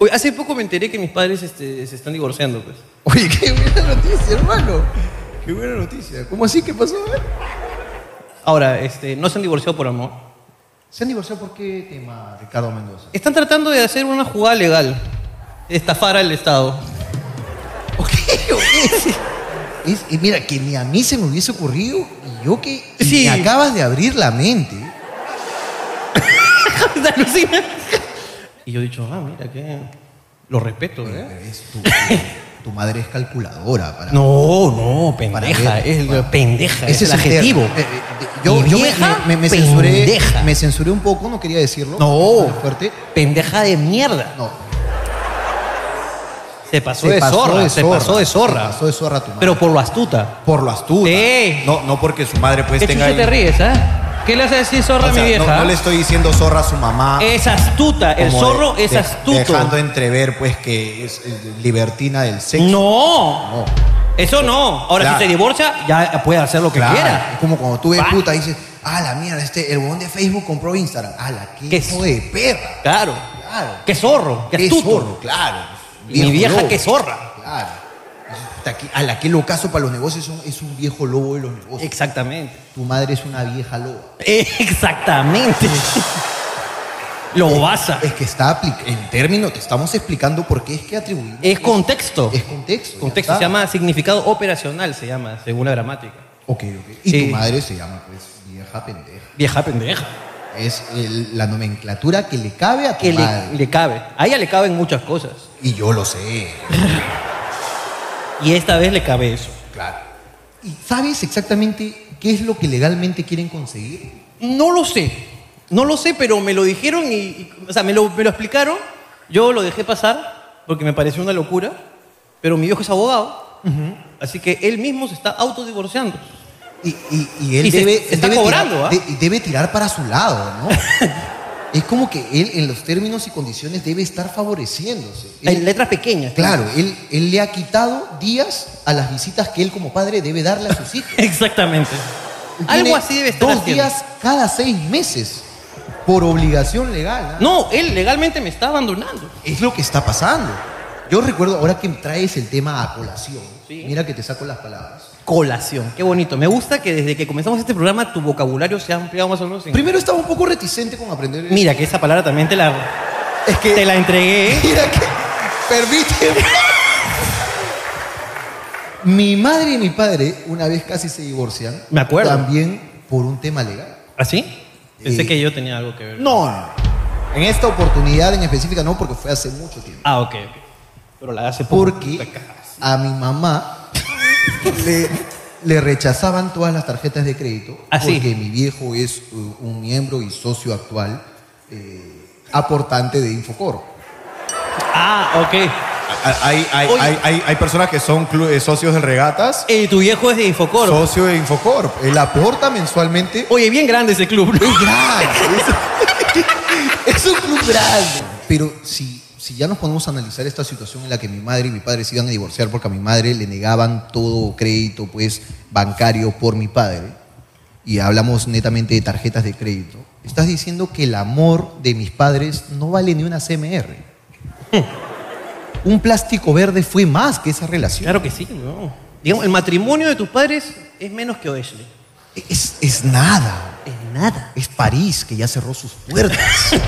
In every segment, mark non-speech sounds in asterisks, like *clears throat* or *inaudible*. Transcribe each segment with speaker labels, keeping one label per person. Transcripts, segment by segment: Speaker 1: Oye, hace poco me enteré que mis padres este, se están divorciando, pues.
Speaker 2: Oye, qué buena noticia, hermano. Qué buena noticia. ¿Cómo así? ¿Qué pasó? A ver.
Speaker 1: Ahora, este, no se han divorciado por amor.
Speaker 2: ¿Se han divorciado por qué tema, Ricardo Mendoza?
Speaker 1: Están tratando de hacer una jugada legal. Estafar al Estado. *laughs*
Speaker 2: Ok, ok. Es- y mira, que ni a mí se me hubiese ocurrido y yo que y
Speaker 1: Sí.
Speaker 2: me acabas de abrir la mente.
Speaker 1: ¿Te alucinas? y yo he dicho, ah, mira, que lo respeto, ¿eh?
Speaker 2: Es tu, tu madre es calculadora. Para,
Speaker 1: No, no,
Speaker 2: para
Speaker 1: pendeja,
Speaker 2: ver.
Speaker 1: es
Speaker 2: Para-
Speaker 1: pendeja,
Speaker 2: Ese
Speaker 1: es el adjetivo.
Speaker 2: termo. Eh, eh, de- yo
Speaker 1: Mi
Speaker 2: yo me-
Speaker 1: vieja
Speaker 2: me, me- me censuré,
Speaker 1: pendeja.
Speaker 2: me censuré un poco, no quería decirlo.
Speaker 1: No.
Speaker 2: Fue fuerte.
Speaker 1: Pendeja de mierda.
Speaker 2: No.
Speaker 1: Se pasó, de, zorra, se pasó de zorra.
Speaker 2: Se pasó de zorra tu madre.
Speaker 1: Pero por lo astuta.
Speaker 2: por lo astuta.
Speaker 1: Sí.
Speaker 3: No, no porque su madre pues
Speaker 1: ¿Qué
Speaker 3: tenga
Speaker 1: chucha te
Speaker 3: ahí-
Speaker 1: ríes, eh? ¿Qué le hace decir zorra
Speaker 3: O sea,
Speaker 1: a mi
Speaker 3: no-
Speaker 1: vieja?
Speaker 3: No, le estoy diciendo zorra a su mamá.
Speaker 1: Es astuta, el
Speaker 3: como de-
Speaker 1: zorro es
Speaker 3: de-
Speaker 1: astuto.
Speaker 3: Dejando entrever pues que es eh, libertina del sexo.
Speaker 1: No.
Speaker 3: No.
Speaker 1: Eso no. Ahora,
Speaker 3: Claro.
Speaker 1: si se divorcia, ya puede hacer lo que
Speaker 2: Claro,
Speaker 1: quiera.
Speaker 2: Es como cuando tú ves
Speaker 1: Va.
Speaker 2: puta y dices, ah, la mierda, este, el huevón de Facebook compró Instagram. Ah, la qué
Speaker 1: ¿Qué
Speaker 2: hijo
Speaker 1: es?
Speaker 2: de perra.
Speaker 1: Claro.
Speaker 2: Claro.
Speaker 1: Qué zorro, qué, astuto.
Speaker 2: zorro, claro.
Speaker 1: Mi vieja
Speaker 2: lobo.
Speaker 1: qué zorra.
Speaker 2: Claro. Puta, qué- A la que lo caso para los negocios es un, es un viejo lobo de los negocios.
Speaker 1: Exactamente. *laughs*
Speaker 2: tu madre es una vieja loba.
Speaker 1: Exactamente. *laughs* lo basa.
Speaker 2: Es que está apli- el término, te estamos explicando por qué es que atribuimos.
Speaker 1: Es contexto.
Speaker 2: Es contexto. ya
Speaker 1: Contexto
Speaker 2: está.
Speaker 1: se llama significado operacional, se llama, según la gramática.
Speaker 2: Ok, ok. Y
Speaker 1: Sí.
Speaker 2: tu madre se llama, pues, vieja pendeja.
Speaker 1: Vieja pendeja.
Speaker 2: Es el- la nomenclatura que le cabe a tu
Speaker 1: Que le,
Speaker 2: madre.
Speaker 1: le cabe. A ella le caben muchas cosas.
Speaker 2: Y yo lo sé.
Speaker 1: Y esta vez le cabe eso.
Speaker 2: Claro. ¿Y sabes exactamente qué es lo que legalmente quieren conseguir?
Speaker 1: No lo sé. No lo sé, pero me lo dijeron y. y- o sea, me lo, me lo explicaron. Yo lo dejé pasar porque me pareció una locura. Pero mi viejo es abogado. Así que él mismo se está autodivorciando.
Speaker 2: Y, y- y él
Speaker 1: Y se-
Speaker 2: debe,
Speaker 1: se
Speaker 2: él
Speaker 1: está
Speaker 2: debe
Speaker 1: cobrando, ¿ah?
Speaker 2: tirar, de- debe tirar para su lado,
Speaker 1: *laughs*
Speaker 2: ¿no? es como que él en los términos y condiciones debe estar favoreciéndose.
Speaker 1: En
Speaker 2: Él-
Speaker 1: letras pequeñas.
Speaker 2: claro, él, él le ha quitado días a las visitas que él como padre debe darle a sus hijos.
Speaker 1: *laughs* Exactamente.
Speaker 2: Él
Speaker 1: *laughs* Algo
Speaker 2: tiene
Speaker 1: así debe estar
Speaker 2: Dos
Speaker 1: haciendo.
Speaker 2: días cada seis meses por obligación legal. ¿ah?
Speaker 1: No, él legalmente me está abandonando.
Speaker 2: Es lo que está pasando. Yo recuerdo ahora que traes el tema a colación.
Speaker 1: Sí.
Speaker 2: Mira que te saco las palabras.
Speaker 1: Colación. Qué bonito. Me gusta que desde que comenzamos este programa tu vocabulario se ha ampliado más o menos. en-
Speaker 2: Primero estaba un poco reticente con aprender.
Speaker 1: Mira, que esa palabra también te la,
Speaker 2: es que.
Speaker 1: te la entregué. ¿eh?
Speaker 2: Mira que. Permíteme. mi madre y mi padre, una vez casi se divorcian.
Speaker 1: Me acuerdo.
Speaker 2: También por un tema legal.
Speaker 1: ¿Así? ¿Ah, Pensé
Speaker 2: Sí.
Speaker 1: que yo tenía algo que ver.
Speaker 2: No, no. En esta oportunidad en específica no, porque fue hace mucho tiempo.
Speaker 1: Ah, ok, ok. Pero la de hace poco.
Speaker 2: Porque a mi mamá le, le rechazaban todas las tarjetas de crédito
Speaker 1: Ah, sí.
Speaker 2: porque mi viejo es uh, un miembro y socio actual eh, aportante de Infocor.
Speaker 1: Ah, ok.
Speaker 3: Hay, hay,
Speaker 1: Oye.
Speaker 3: hay, hay, hay personas que son clu- eh, socios de regatas,
Speaker 1: Y Eh, tu viejo es de Infocoro.
Speaker 3: socio de Infocorp.
Speaker 2: Él aporta mensualmente.
Speaker 1: Oye, bien grande ese club. ¿no?
Speaker 2: Es grande, es- es un club grande. Pero si, si ya nos ponemos a analizar esta situación en la que mi madre y mi padre se iban a divorciar porque a mi madre le negaban todo crédito pues, bancario por mi padre, y hablamos netamente de tarjetas de crédito, estás diciendo que el amor de mis padres no vale ni una CMR. Un plástico verde fue más que esa relación.
Speaker 1: *laughs* Claro que sí, no. Digamos, el matrimonio de tus padres es menos que Oesley.
Speaker 2: Es, es nada.
Speaker 1: Es nada.
Speaker 2: Es París, que ya cerró sus
Speaker 1: *laughs*
Speaker 2: puertas.
Speaker 1: Es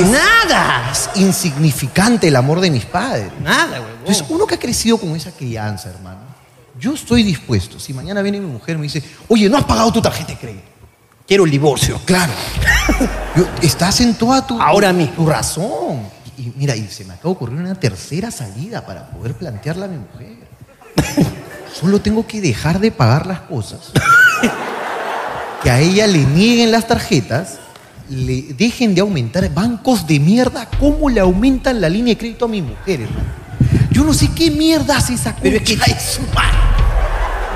Speaker 2: es
Speaker 1: nada.
Speaker 2: Es insignificante el amor de mis padres.
Speaker 1: Nada, huevón.
Speaker 2: Entonces, uno que ha crecido con esa crianza, hermano, yo estoy dispuesto, si mañana viene mi mujer y me dice, oye, no has pagado tu tarjeta de crédito.
Speaker 1: Quiero el divorcio.
Speaker 2: Claro. Yo- estás en toda tu,
Speaker 1: Ahora
Speaker 2: tu-
Speaker 1: mismo.
Speaker 2: tu razón. Y, y mira, y se me acaba de ocurrir una tercera salida para poder plantearla a
Speaker 1: *laughs*
Speaker 2: mi mujer. Solo tengo que dejar de pagar las cosas. Que a ella le nieguen las tarjetas, le dejen de aumentar bancos de mierda. ¿Cómo le aumentan la línea de crédito a mi mujer, hermano? Yo no sé qué mierda hace esa
Speaker 1: Pero es que-
Speaker 2: concha de su madre.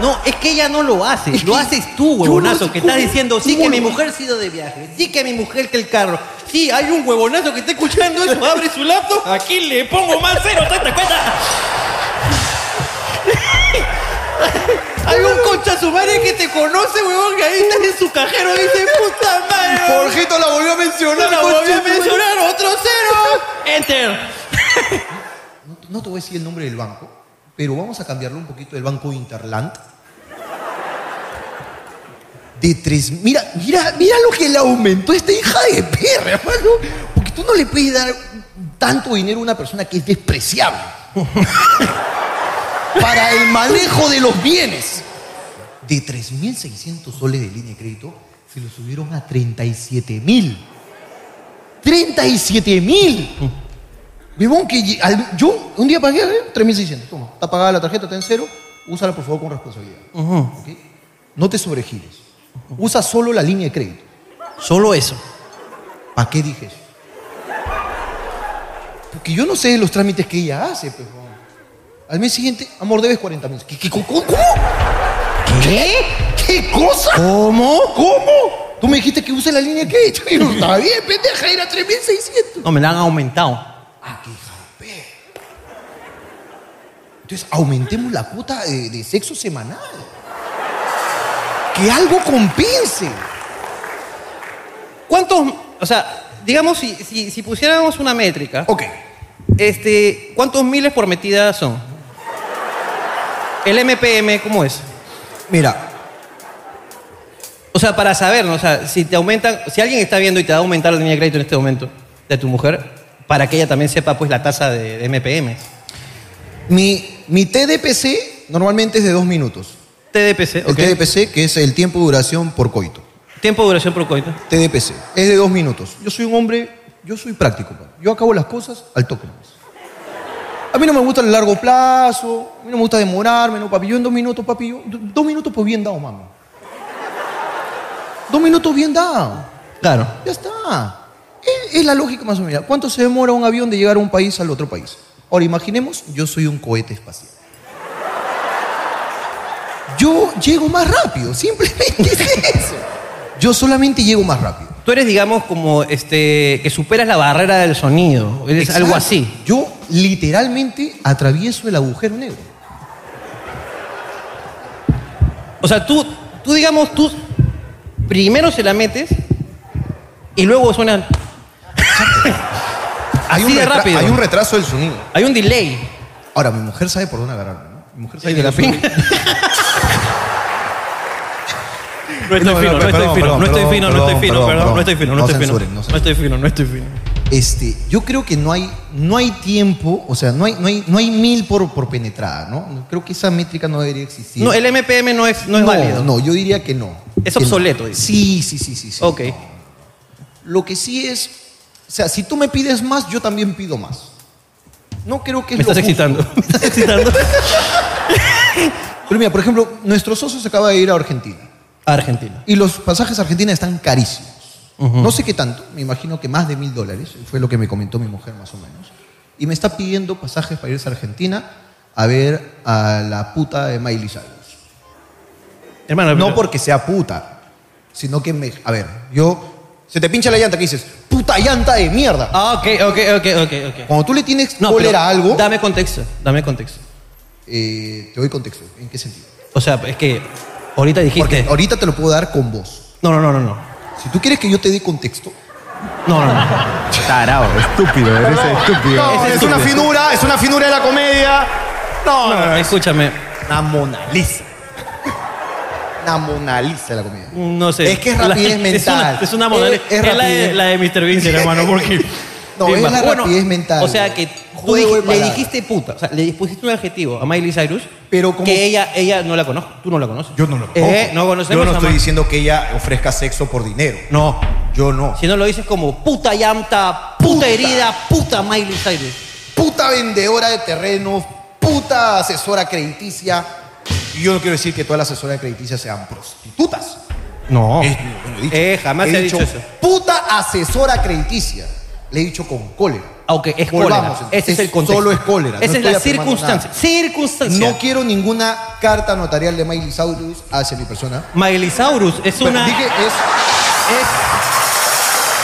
Speaker 1: No, es que ella no lo hace.
Speaker 2: Es
Speaker 1: lo
Speaker 2: que-
Speaker 1: haces tú,
Speaker 2: yo
Speaker 1: huevonazo,
Speaker 2: no sé
Speaker 1: que estás
Speaker 2: cómo-
Speaker 1: diciendo, sí
Speaker 2: cómo
Speaker 1: que mi
Speaker 2: lo-
Speaker 1: mujer se ha ido de viaje, sí que mi mujer que el carro. Sí, hay un huevonazo que está escuchando eso, abre su laptop, aquí le pongo más cero, ¿te das cuenta? *laughs* Hay un concha su madre que te conoce, huevón, que ahí está en su cajero y dice, puta madre.
Speaker 3: Jorgito la volvió a mencionar.
Speaker 1: No la
Speaker 3: concha
Speaker 1: volví a
Speaker 3: de su madre.
Speaker 1: mencionar, otro cero. Enter.
Speaker 2: no te voy a decir el nombre del banco, pero vamos a cambiarlo un poquito del banco Interland. De tres. Mira, mira, mira lo que le aumentó esta hija de perra, hermano. Porque tú no le puedes dar tanto dinero a una persona que es despreciable. Para el manejo de los bienes. De 3.600 soles de línea de crédito, se lo subieron a 37.000. ¡37 mil! Vivón, que ye- al- yo un día pagué ¿eh? 3.600. Toma, está pagada la tarjeta, está en cero. Úsala, por favor, con responsabilidad. ¿ok? No te sobregires. Usa solo la línea de crédito.
Speaker 1: Solo eso.
Speaker 2: ¿Para qué dije eso? Porque yo no sé los trámites que ella hace, pues. weón. Al mes siguiente, amor, debes 40 mil. ¿Qué, qué, cómo, cómo? ¿Qué? ¿Qué cosa? ¿Cómo? ¿Cómo? Tú me dijiste que use la línea de crédito. *laughs* Y yo, está bien, pendeja, era 3.600.
Speaker 1: No, me la han aumentado.
Speaker 2: Ah, qué hija de perra. Entonces, aumentemos la cuota de, de sexo semanal. Que algo compense.
Speaker 1: ¿Cuántos, o sea, digamos, si, si, si pusiéramos una métrica,
Speaker 2: Ok.
Speaker 1: este, ¿cuántos miles por metida son? El MPM, ¿cómo es?
Speaker 2: Mira,
Speaker 1: O sea, para saber, ¿no? O sea, si te aumentan, si alguien está viendo y te va a aumentar la línea de crédito en este momento de tu mujer, para que ella también sepa, pues, la tasa de, de MPM.
Speaker 2: Mi, mi TDPC normalmente es de dos minutos.
Speaker 1: TDPC, ok.
Speaker 2: El TDPC, que es el tiempo de duración por coito.
Speaker 1: Tiempo de duración por coito.
Speaker 2: TDPC, es de dos minutos. Yo soy un hombre, yo soy práctico. pa. Yo acabo las cosas al toque. nomás. A mí no me gusta el largo plazo, a mí no me gusta demorarme, no, papi. Yo en dos minutos, papi, yo- do- dos minutos pues bien dado, mami. Dos minutos bien dado.
Speaker 1: Claro.
Speaker 2: Ya está. Es, es la lógica más o menos. ¿Cuánto se demora un avión de llegar a un país al otro país? Ahora, imaginemos, yo soy un cohete espacial. Yo llego más rápido, simplemente es eso. Yo solamente llego más rápido.
Speaker 1: Tú eres, digamos, como este, que superas la barrera del sonido. Eres
Speaker 2: Exacto.
Speaker 1: algo así.
Speaker 2: Yo literalmente atravieso el agujero negro.
Speaker 1: O sea, tú, tú digamos, tú primero se la metes y luego suena.
Speaker 3: Hay un,
Speaker 1: Así de
Speaker 3: retra-
Speaker 1: rápido.
Speaker 3: hay un retraso del sonido.
Speaker 1: Hay un delay.
Speaker 2: Ahora, mi mujer sabe por dónde agarrarme, ¿no? Mi mujer sabe
Speaker 1: de la
Speaker 2: dónde
Speaker 1: pinga. No
Speaker 3: estoy fino, no estoy fino, no estoy fino, no estoy fino, perdón, no estoy fino, no estoy fino.
Speaker 1: No estoy fino, no estoy fino.
Speaker 2: Este, yo creo que no hay, no hay tiempo, o sea, no hay, no hay, no hay mil por, por penetrada, ¿no? Creo que esa métrica no debería existir.
Speaker 1: No, el MPM no es, no es válido.
Speaker 2: No, yo diría que no.
Speaker 1: Es
Speaker 2: Que no.
Speaker 1: obsoleto, dice.
Speaker 2: Sí, sí, sí, sí. sí.
Speaker 1: Ok.
Speaker 2: Lo que sí es, o sea, si tú me pides más, yo también pido más. No creo que es
Speaker 1: Me estás
Speaker 2: lo justo.
Speaker 1: excitando.
Speaker 2: *laughs*
Speaker 1: Me estás excitando.
Speaker 2: Pero mira, por ejemplo, nuestro socio se acaba de ir a Argentina
Speaker 1: Argentina.
Speaker 2: y los pasajes a Argentina están carísimos.
Speaker 1: Mm.
Speaker 2: No sé qué tanto, me imagino que más de mil dólares, fue lo que me comentó mi mujer más o menos. Y me está pidiendo pasajes para irse a Argentina a ver a la puta de Miley Cyrus.
Speaker 1: Hermano,
Speaker 2: No
Speaker 1: Ah, pero-
Speaker 2: porque sea puta, sino que me. A ver, yo. Se te pincha la llanta, ¿qué dices? ¡Puta llanta de mierda!
Speaker 1: Ah, ok, ok, ok, ok, ok.
Speaker 2: Cuando tú le tienes
Speaker 1: No, pero
Speaker 2: cólera a algo,
Speaker 1: Dame contexto, dame contexto.
Speaker 2: eh, te doy contexto. ¿En qué sentido?
Speaker 1: O sea, es que ahorita dijiste.
Speaker 2: Porque ahorita te lo puedo dar con vos.
Speaker 1: No, no, no, no, no.
Speaker 2: Si tú quieres que yo te dé contexto.
Speaker 1: No, no,
Speaker 2: *laughs*
Speaker 1: no.
Speaker 4: Tarado, estúpido, eres estúpido.
Speaker 3: No,
Speaker 1: Es
Speaker 3: es, una
Speaker 1: estúpido.
Speaker 3: finura, es una finura de la comedia. No, no, no, es
Speaker 1: Escúchame.
Speaker 3: una Mona Lisa.
Speaker 2: Una Mona Lisa la comida.
Speaker 1: No sé.
Speaker 2: Es que es rapidez
Speaker 1: La- Es una,
Speaker 2: mental.
Speaker 1: es una modalidad.
Speaker 2: Es-
Speaker 1: Es,
Speaker 2: es
Speaker 1: la, de,
Speaker 2: rapidez.
Speaker 1: la de Mr.
Speaker 2: *laughs*
Speaker 1: Vincent, hermano, porque.
Speaker 2: No, es la rapidez mental.
Speaker 1: O sea, que tú
Speaker 2: Juego
Speaker 1: dij- le
Speaker 2: de palabras.
Speaker 1: dijiste puta, o sea, le pusiste un adjetivo a Miley Cyrus
Speaker 2: Pero como-
Speaker 1: que ella, ella no la conoce. Tú no la conoces.
Speaker 3: Yo no lo
Speaker 1: Eh,
Speaker 3: conozco.
Speaker 1: no
Speaker 3: Yo
Speaker 1: conocemos
Speaker 3: no
Speaker 1: a
Speaker 3: estoy
Speaker 1: Ma-
Speaker 3: diciendo que ella ofrezca sexo por dinero.
Speaker 1: No.
Speaker 3: Yo no.
Speaker 1: Si no lo dices como puta llanta, puta, herida, puta Miley Cyrus.
Speaker 2: Puta vendedora de terrenos, puta asesora crediticia.
Speaker 3: Y yo no quiero decir que todas las asesoras de crediticias sean prostitutas.
Speaker 1: No.
Speaker 3: Es- yo no he dicho.
Speaker 1: Eh, jamás
Speaker 3: He
Speaker 1: se ha dicho eso.
Speaker 2: Puta asesora crediticia. Le he dicho con cólera.
Speaker 1: Aunque es
Speaker 2: Volvamos,
Speaker 1: cólera.
Speaker 2: entonces.
Speaker 1: Ese es
Speaker 2: Es
Speaker 1: el contexto.
Speaker 2: solo es cólera, no
Speaker 1: Esa es
Speaker 2: estoy
Speaker 1: la
Speaker 2: afirmando
Speaker 1: circunstancia.
Speaker 2: nada.
Speaker 1: Circunstancia.
Speaker 2: No quiero ninguna carta notarial de Miley Cyrus hacia mi persona.
Speaker 1: Miley Cyrus es
Speaker 2: Pero
Speaker 1: una,
Speaker 2: dije, es,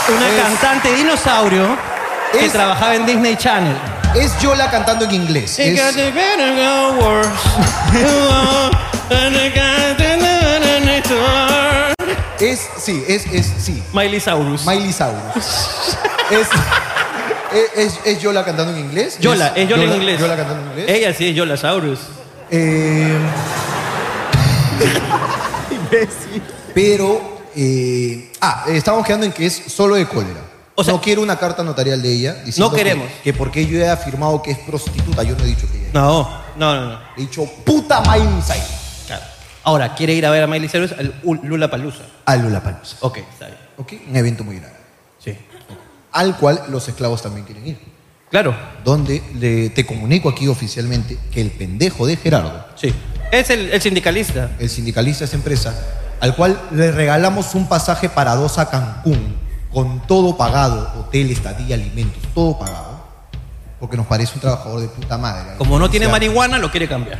Speaker 1: es una
Speaker 2: es-
Speaker 1: cantante dinosaurio que
Speaker 2: es-
Speaker 1: trabajaba en Disney Channel.
Speaker 2: es Yola cantando en inglés.
Speaker 1: It
Speaker 2: Es-
Speaker 1: got to better go
Speaker 2: *laughs*
Speaker 1: worse. And it got to better and it's worse.
Speaker 2: es, sí, es, es, sí.
Speaker 1: *laughs* Miley Cyrus.
Speaker 2: Miley Cyrus. es, ¿Es, es, es Yola cantando en inglés?
Speaker 1: Yola, es Yola, en inglés.
Speaker 2: ¿Yola cantando en inglés?
Speaker 1: Ella sí es Yola Saurus.
Speaker 2: Eh, pero, eh, ah, eh, estamos quedando en que es solo de cólera.
Speaker 1: O sea-
Speaker 2: no quiero una carta notarial de ella diciendo
Speaker 1: No queremos.
Speaker 2: Que, que porque yo he afirmado que es prostituta, yo no he dicho que ella es.
Speaker 1: No, no, no. no.
Speaker 2: He dicho puta Miley Cyrus.
Speaker 1: Claro. Ahora, quiere ir a ver a Miley Cyrus al Lula Palusa.
Speaker 2: A Lollapalooza.
Speaker 1: Ok, está bien.
Speaker 2: ¿Ok? Un evento muy grande.
Speaker 1: Sí.
Speaker 2: Al cual los esclavos también quieren ir.
Speaker 1: Claro.
Speaker 2: Donde le- te comunico aquí oficialmente que el pendejo de Gerardo
Speaker 1: Sí. Es el, el sindicalista.
Speaker 2: el sindicalista de esa empresa, al cual le regalamos un pasaje para dos a Cancún, con todo pagado, hotel, estadía, alimentos, todo pagado, porque nos parece un trabajador de puta madre.
Speaker 1: Como no tiene
Speaker 2: O sea,
Speaker 1: marihuana, lo quiere cambiar.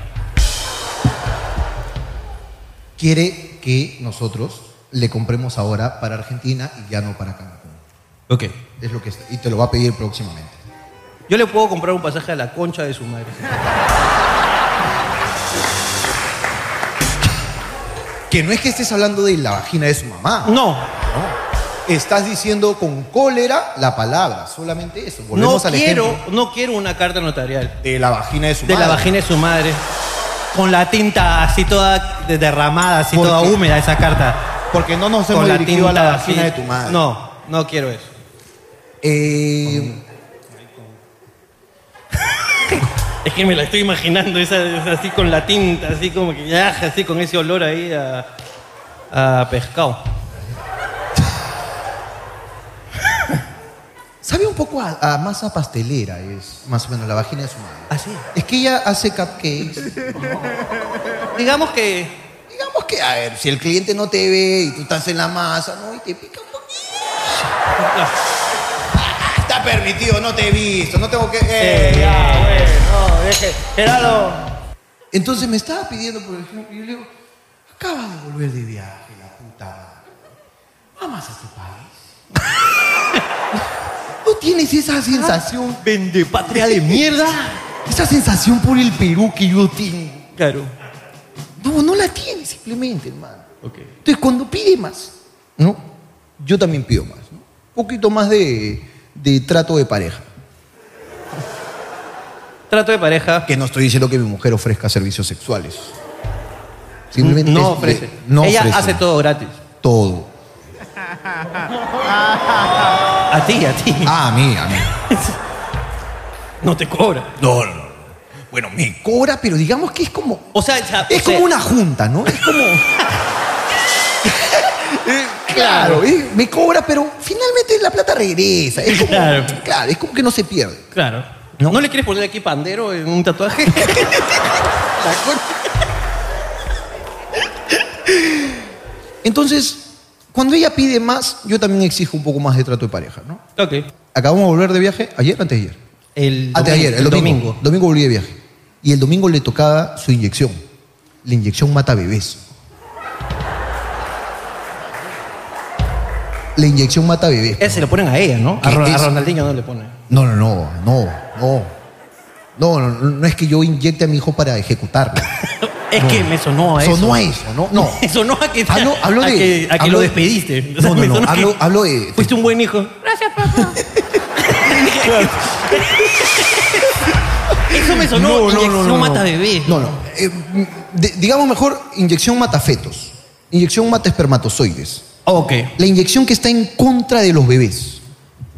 Speaker 2: Quiere que nosotros le compremos ahora para Argentina y ya no para Cancún.
Speaker 1: Ok.
Speaker 2: Es lo que está- y te lo va a pedir próximamente.
Speaker 1: Yo le puedo comprar un pasaje a la concha de su madre.
Speaker 2: Que no es que estés hablando de la vagina de su mamá.
Speaker 1: No,
Speaker 2: Estás diciendo con cólera la palabra, solamente eso.
Speaker 1: no
Speaker 2: Volvemos al
Speaker 1: quiero,
Speaker 2: ejemplo
Speaker 1: no quiero una carta
Speaker 3: Eh,
Speaker 1: notarial
Speaker 2: de la vagina de su
Speaker 1: de la
Speaker 2: madre.
Speaker 1: vagina de su madre con la tinta así toda de- derramada, así
Speaker 2: ¿Por
Speaker 1: toda
Speaker 2: qué?
Speaker 1: húmeda esa carta.
Speaker 2: Porque no nos
Speaker 1: Con
Speaker 2: hemos
Speaker 1: la
Speaker 2: dirigido
Speaker 1: tinta
Speaker 2: a la
Speaker 1: así.
Speaker 2: vagina de tu madre.
Speaker 1: No, no quiero eso.
Speaker 2: Eh,
Speaker 1: Es que me la estoy imaginando, esa, esa así con la tinta, así como que ya, así con ese olor ahí a, a pescado.
Speaker 2: sabe un poco a, a masa pastelera, es más o menos la vagina de su madre.
Speaker 1: Así.
Speaker 2: Es que ella hace cupcakes.
Speaker 1: Digamos que
Speaker 2: Digamos que, a ver, si el cliente no te ve y tú estás en la masa, ¿no? Y te pica un poquito. Ah, Está permitido, no te he visto, no tengo que. Eh, ya.
Speaker 1: Gerardo.
Speaker 2: Entonces me estaba pidiendo, por ejemplo, y yo le digo, acabas de volver de viaje, la puta madre. ¿Amas a tu país? *laughs* ¿No tienes esa sensación
Speaker 1: Vende patria de mierda.
Speaker 2: Esa sensación por el Perú que yo tengo.
Speaker 1: Claro.
Speaker 2: No, no la tiene simplemente, hermano.
Speaker 1: Ok.
Speaker 2: Entonces, cuando pide más, ¿no? Yo también pido más, ¿no? Un poquito más de, de trato de pareja.
Speaker 1: Trato de pareja.
Speaker 2: Que no estoy diciendo que mi mujer ofrezca servicios sexuales. Simplemente
Speaker 1: No
Speaker 2: es-
Speaker 1: ofrece.
Speaker 2: no
Speaker 1: Ella
Speaker 2: ofrece.
Speaker 1: hace todo gratis.
Speaker 2: Todo.
Speaker 1: A ti, a ti.
Speaker 2: Ah, a mí, a mí.
Speaker 1: No te cobra.
Speaker 2: No, no, no. Bueno, me cobra, pero digamos que es como
Speaker 1: O sea, o sea,
Speaker 2: Es
Speaker 1: o sea,
Speaker 2: como una junta, ¿no? Es como. Eh, claro, eh, me cobra, pero finalmente la plata regresa. Es como,
Speaker 1: Claro.
Speaker 2: claro. es como que no se pierde.
Speaker 1: Claro. ¿No?
Speaker 2: ¿No?
Speaker 1: le quieres poner aquí pandero en un *laughs* tatuaje?
Speaker 2: La concha. Entonces, cuando ella pide más, yo también exijo un poco más de trato de pareja, ¿no?
Speaker 1: ok.
Speaker 2: Acabamos de volver de viaje ayer o antes de ayer.
Speaker 1: El domingo-
Speaker 2: Antes de Ah, ayer, el domingo. domingo. volví de viaje. Y el domingo le tocaba su inyección. La inyección mata bebés. La inyección mata bebés.
Speaker 1: Ese Eh, lo ponen a ella, ¿no? A,
Speaker 2: ¿Qué
Speaker 1: Ron- a
Speaker 2: es?
Speaker 1: Ronaldinho no le ponen.
Speaker 2: No, no, no, no, no. No, no, no es que yo inyecte a mi hijo para
Speaker 1: *laughs*
Speaker 2: ejecutarlo.
Speaker 1: Es que me sonó a eso.
Speaker 2: Sonó a eso, ¿no? No.
Speaker 1: *laughs* Me sonó a que,
Speaker 2: Hablo- hablo
Speaker 1: *laughs* a
Speaker 2: de-
Speaker 1: que, a que
Speaker 2: hablo
Speaker 1: lo
Speaker 2: de-
Speaker 1: despediste. *laughs* O sea,
Speaker 2: No, no,
Speaker 1: me
Speaker 2: no,
Speaker 1: sonó que
Speaker 2: hablo- hablo de-
Speaker 1: Fuiste un buen hijo. Gracias, papá. *laughs* Eso me sonó
Speaker 2: No, no, no,
Speaker 1: inyección
Speaker 2: no, no.
Speaker 1: mata bebé.
Speaker 2: No, no. Eh, de- digamos mejor inyección mata fetos. Inyección mata espermatozoides.
Speaker 1: Ok.
Speaker 2: La inyección que está en contra de los bebés.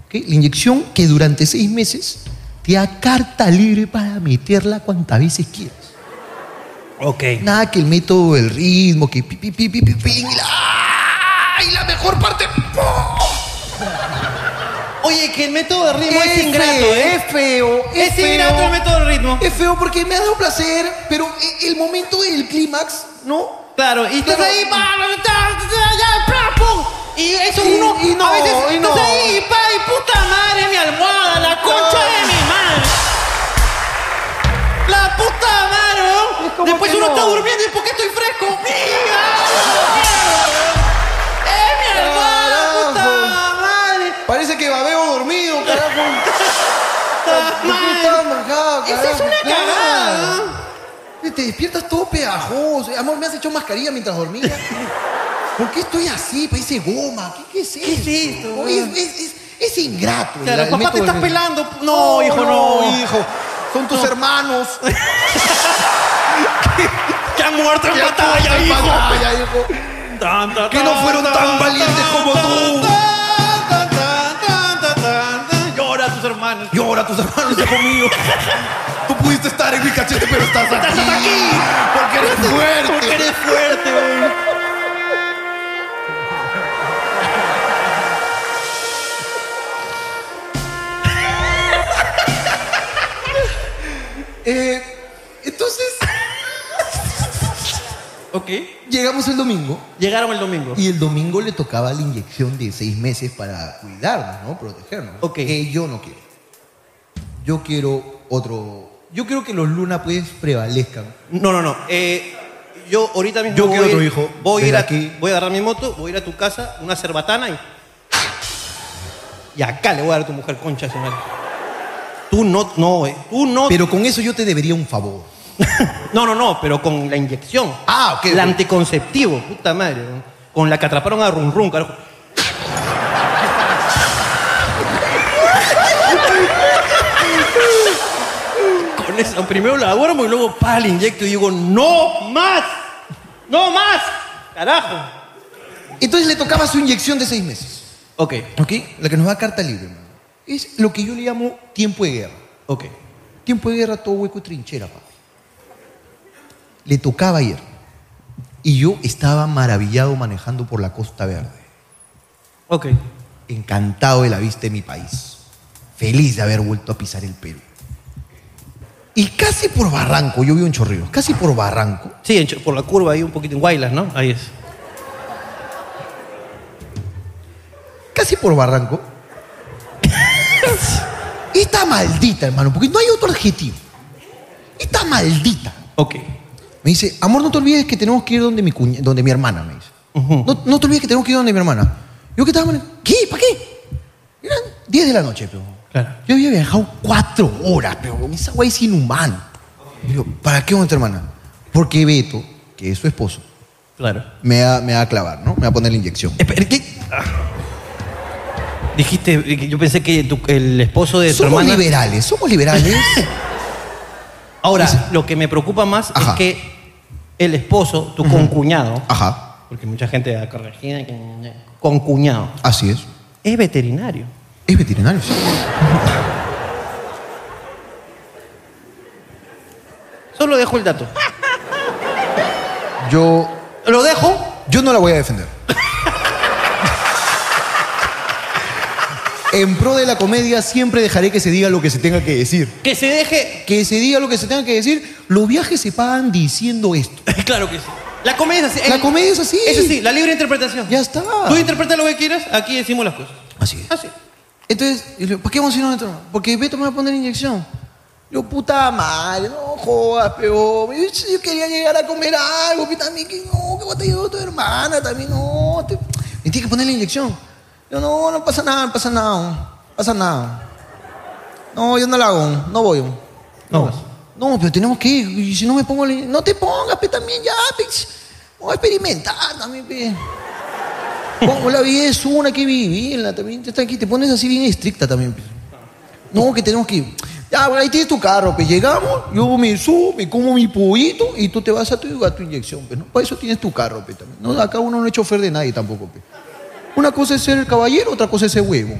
Speaker 2: ¿ok? La inyección que durante seis meses te da carta libre para meterla cuantas veces quieras.
Speaker 1: Ok.
Speaker 2: Nada que el método del ritmo, que pi, pi, pi, pi, pi, pi, y la, ¡Ah! y la mejor parte. ¡pum!
Speaker 1: Oye, que el método de ritmo es
Speaker 2: F,
Speaker 1: ingrato, ¿eh?
Speaker 2: Es feo.
Speaker 1: Es
Speaker 2: feo.
Speaker 1: ingrato el método de ritmo.
Speaker 2: Es feo porque me ha dado placer, pero e- el momento del clímax, ¿no?
Speaker 1: Claro, y estás
Speaker 2: Pero-
Speaker 1: ahí, pa, ta, ta, ya, pra, pum. Y eso
Speaker 2: Y-
Speaker 1: uno,
Speaker 2: y no,
Speaker 1: a veces
Speaker 2: y no.
Speaker 1: estás ahí, pa, y puta madre, mi almohada, la
Speaker 2: Ah.
Speaker 1: concha de mi madre. La puta madre, weón.
Speaker 2: Es como
Speaker 1: Después
Speaker 2: que
Speaker 1: uno
Speaker 2: no.
Speaker 1: está durmiendo y porque estoy fresco. ¡Mi madre! ¡Eh, mi almohada,
Speaker 2: Carajo.
Speaker 1: puta madre!
Speaker 2: Parece que babeo dormido,
Speaker 1: *laughs*
Speaker 2: carajo. ¿Por qué
Speaker 1: madre.
Speaker 2: estaba manjado,
Speaker 1: Esa es
Speaker 2: carajo?
Speaker 1: una
Speaker 2: Claro.
Speaker 1: cagada.
Speaker 2: Te despiertas todo pegajoso. Amor, me has hecho mascarilla
Speaker 1: *laughs*
Speaker 2: mientras dormía. ¿Por qué estoy así? Parece goma. ¿Qué, qué es eso?
Speaker 1: es esto,
Speaker 2: Oye,
Speaker 1: weón?
Speaker 2: es- es- es- es ingrato.
Speaker 1: Claro,
Speaker 2: La- el
Speaker 1: papá, te
Speaker 2: método
Speaker 1: estás
Speaker 2: del-
Speaker 1: pelando. No, hijo, no.
Speaker 3: hijo. Son tus hermanos.
Speaker 1: Que han muerto en batalla,
Speaker 3: Ay,
Speaker 1: hijo.
Speaker 3: batalla, hijo.
Speaker 1: Tan, tan,
Speaker 3: Que no fueron tan valientes como tú.
Speaker 1: tan, tan, tan, tan, tan, tan. Llora a tus hermanos.
Speaker 3: Y ahora tus hermanos, hijo mío. Tú pudiste estar en mi cachete, pero estás aquí.
Speaker 1: ¡Estás aquí!
Speaker 3: Porque eres fuerte.
Speaker 1: Porque eres fuerte, güey.
Speaker 3: Eh, entonces,
Speaker 1: Ok.
Speaker 3: llegamos el domingo.
Speaker 1: Llegaron el domingo.
Speaker 2: Y el domingo le tocaba la inyección de seis meses para cuidarnos, ¿no? Protegernos. ¿no?
Speaker 1: Ok.
Speaker 2: Que yo no quiero. Yo quiero otro. Yo quiero que los Luna pues prevalezcan.
Speaker 1: No, no, no. Eh, yo ahorita mismo.
Speaker 3: Yo
Speaker 1: voy
Speaker 3: quiero
Speaker 1: a ir-
Speaker 3: otro hijo.
Speaker 1: Voy a, ir
Speaker 3: Desde
Speaker 1: a-
Speaker 3: aquí.
Speaker 1: voy a agarrar mi moto, voy a ir a tu casa, una cerbatana y. Y acá le voy a dar a tu mujer concha, su madre. Tú no, no, eh. Tú no.
Speaker 2: Pero con eso yo te debería un favor.
Speaker 1: no, no, no, pero con la inyección.
Speaker 2: Ah, ok,
Speaker 1: El
Speaker 2: ok.
Speaker 1: anticonceptivo, puta madre. ¿no? Con la que atraparon a Run Run, carajo. Con eso, primero la duermo y luego pa, le inyecto y digo, ¡no más! ¡No más! ¡Carajo!
Speaker 2: Entonces le tocaba su inyección de seis meses.
Speaker 1: Ok,
Speaker 2: ¿Ok? La que nos da carta libre, hermano. Es lo que yo le llamo tiempo de guerra.
Speaker 1: ok.
Speaker 2: Tiempo de guerra, todo hueco y trinchera, papi. Le tocaba ayer. Y yo estaba maravillado manejando por la Costa Verde.
Speaker 1: Ok.
Speaker 2: encantado de la vista de mi país, feliz de haber vuelto a pisar el Perú. Y casi por Barranco, yo vivo en Chorrillos, casi por Barranco,
Speaker 1: Sí, en Cho- por la curva ahí un poquito en Guaylas, ¿no? Ahí es.
Speaker 2: casi por Barranco, *laughs* esta maldita, hermano, porque no hay otro adjetivo, esta maldita,
Speaker 1: Ok.
Speaker 2: me dice, amor, no te olvides que tenemos que ir donde mi, cuña- donde mi hermana, me dice.
Speaker 1: Ujú.
Speaker 2: no, no te olvides que tenemos que ir donde mi hermana. Yo que estaba, manejando, ¿qué? ¿Para qué? Eran 10 de la noche, pero...
Speaker 1: Claro.
Speaker 2: Yo había viajado cuatro horas, pero esa güey es inhumano. Y yo, ¿para qué con tu hermana? Porque Beto, que es su esposo,
Speaker 1: Claro.
Speaker 2: me va, me va a clavar, ¿no? Me va a poner la inyección.
Speaker 1: Espera, ¿qué? Ah. Dijiste, eh, yo pensé que tu- el esposo de tu
Speaker 2: Somos
Speaker 1: hermana.
Speaker 2: liberales, somos liberales.
Speaker 1: *laughs* Ahora, lo que me preocupa más
Speaker 2: Ajá.
Speaker 1: es que el esposo, tu concuñado,
Speaker 2: Ajá,
Speaker 1: porque mucha gente ha corregido, que- concuñado,
Speaker 2: así es.
Speaker 1: es veterinario.
Speaker 2: Es veterinario. sí.
Speaker 1: Solo dejo el dato.
Speaker 3: Yo,
Speaker 1: Lo dejo
Speaker 3: yo no la voy a defender.
Speaker 2: En pro de la comedia siempre dejaré que se diga lo que se tenga que decir.
Speaker 1: que se deje. *laughs*
Speaker 2: Que se diga lo que se tenga que decir. Los viajes se pagan diciendo esto.
Speaker 1: claro que sí. La comedia es así.
Speaker 2: La
Speaker 1: El-
Speaker 2: comedia es así.
Speaker 1: Eso sí, la libre interpretación.
Speaker 2: Ya está.
Speaker 1: Tú interpreta lo que quieras, aquí decimos las cosas.
Speaker 2: Así es.
Speaker 1: Así.
Speaker 2: Entonces, yo le digo, ¿para qué vamos a ir a otro? Porque Beto me va a poner inyección. Yo, puta madre, no jodas, peor. Yo, ch- yo quería llegar a comer algo, pero también que no, que vos te ayudó tu hermana, también no. Te... Me tienes que poner la inyección. Yo, no, no pasa nada, no pasa nada, no pasa nada. No, yo no la hago, no voy.
Speaker 1: No
Speaker 2: No,
Speaker 1: vas.
Speaker 2: no pero tenemos que ir, y si no me pongo la inyección, no te pongas, pe, también ya, pe, ch- vamos a experimentar también, pe. Pongo la vida es una que vivirla también. Te, aquí, te pones así bien estricta también. pues. No, que tenemos que. Ya, bueno, ahí tienes tu carro, pues llegamos, yo me subo, me como mi pollito y tú te vas a tu, a tu inyección, pues, ¿no? Para eso tienes tu carro, pues, también. No, acá uno no es chofer de nadie tampoco, pues. Una cosa es ser el caballero, otra cosa es ser huevo.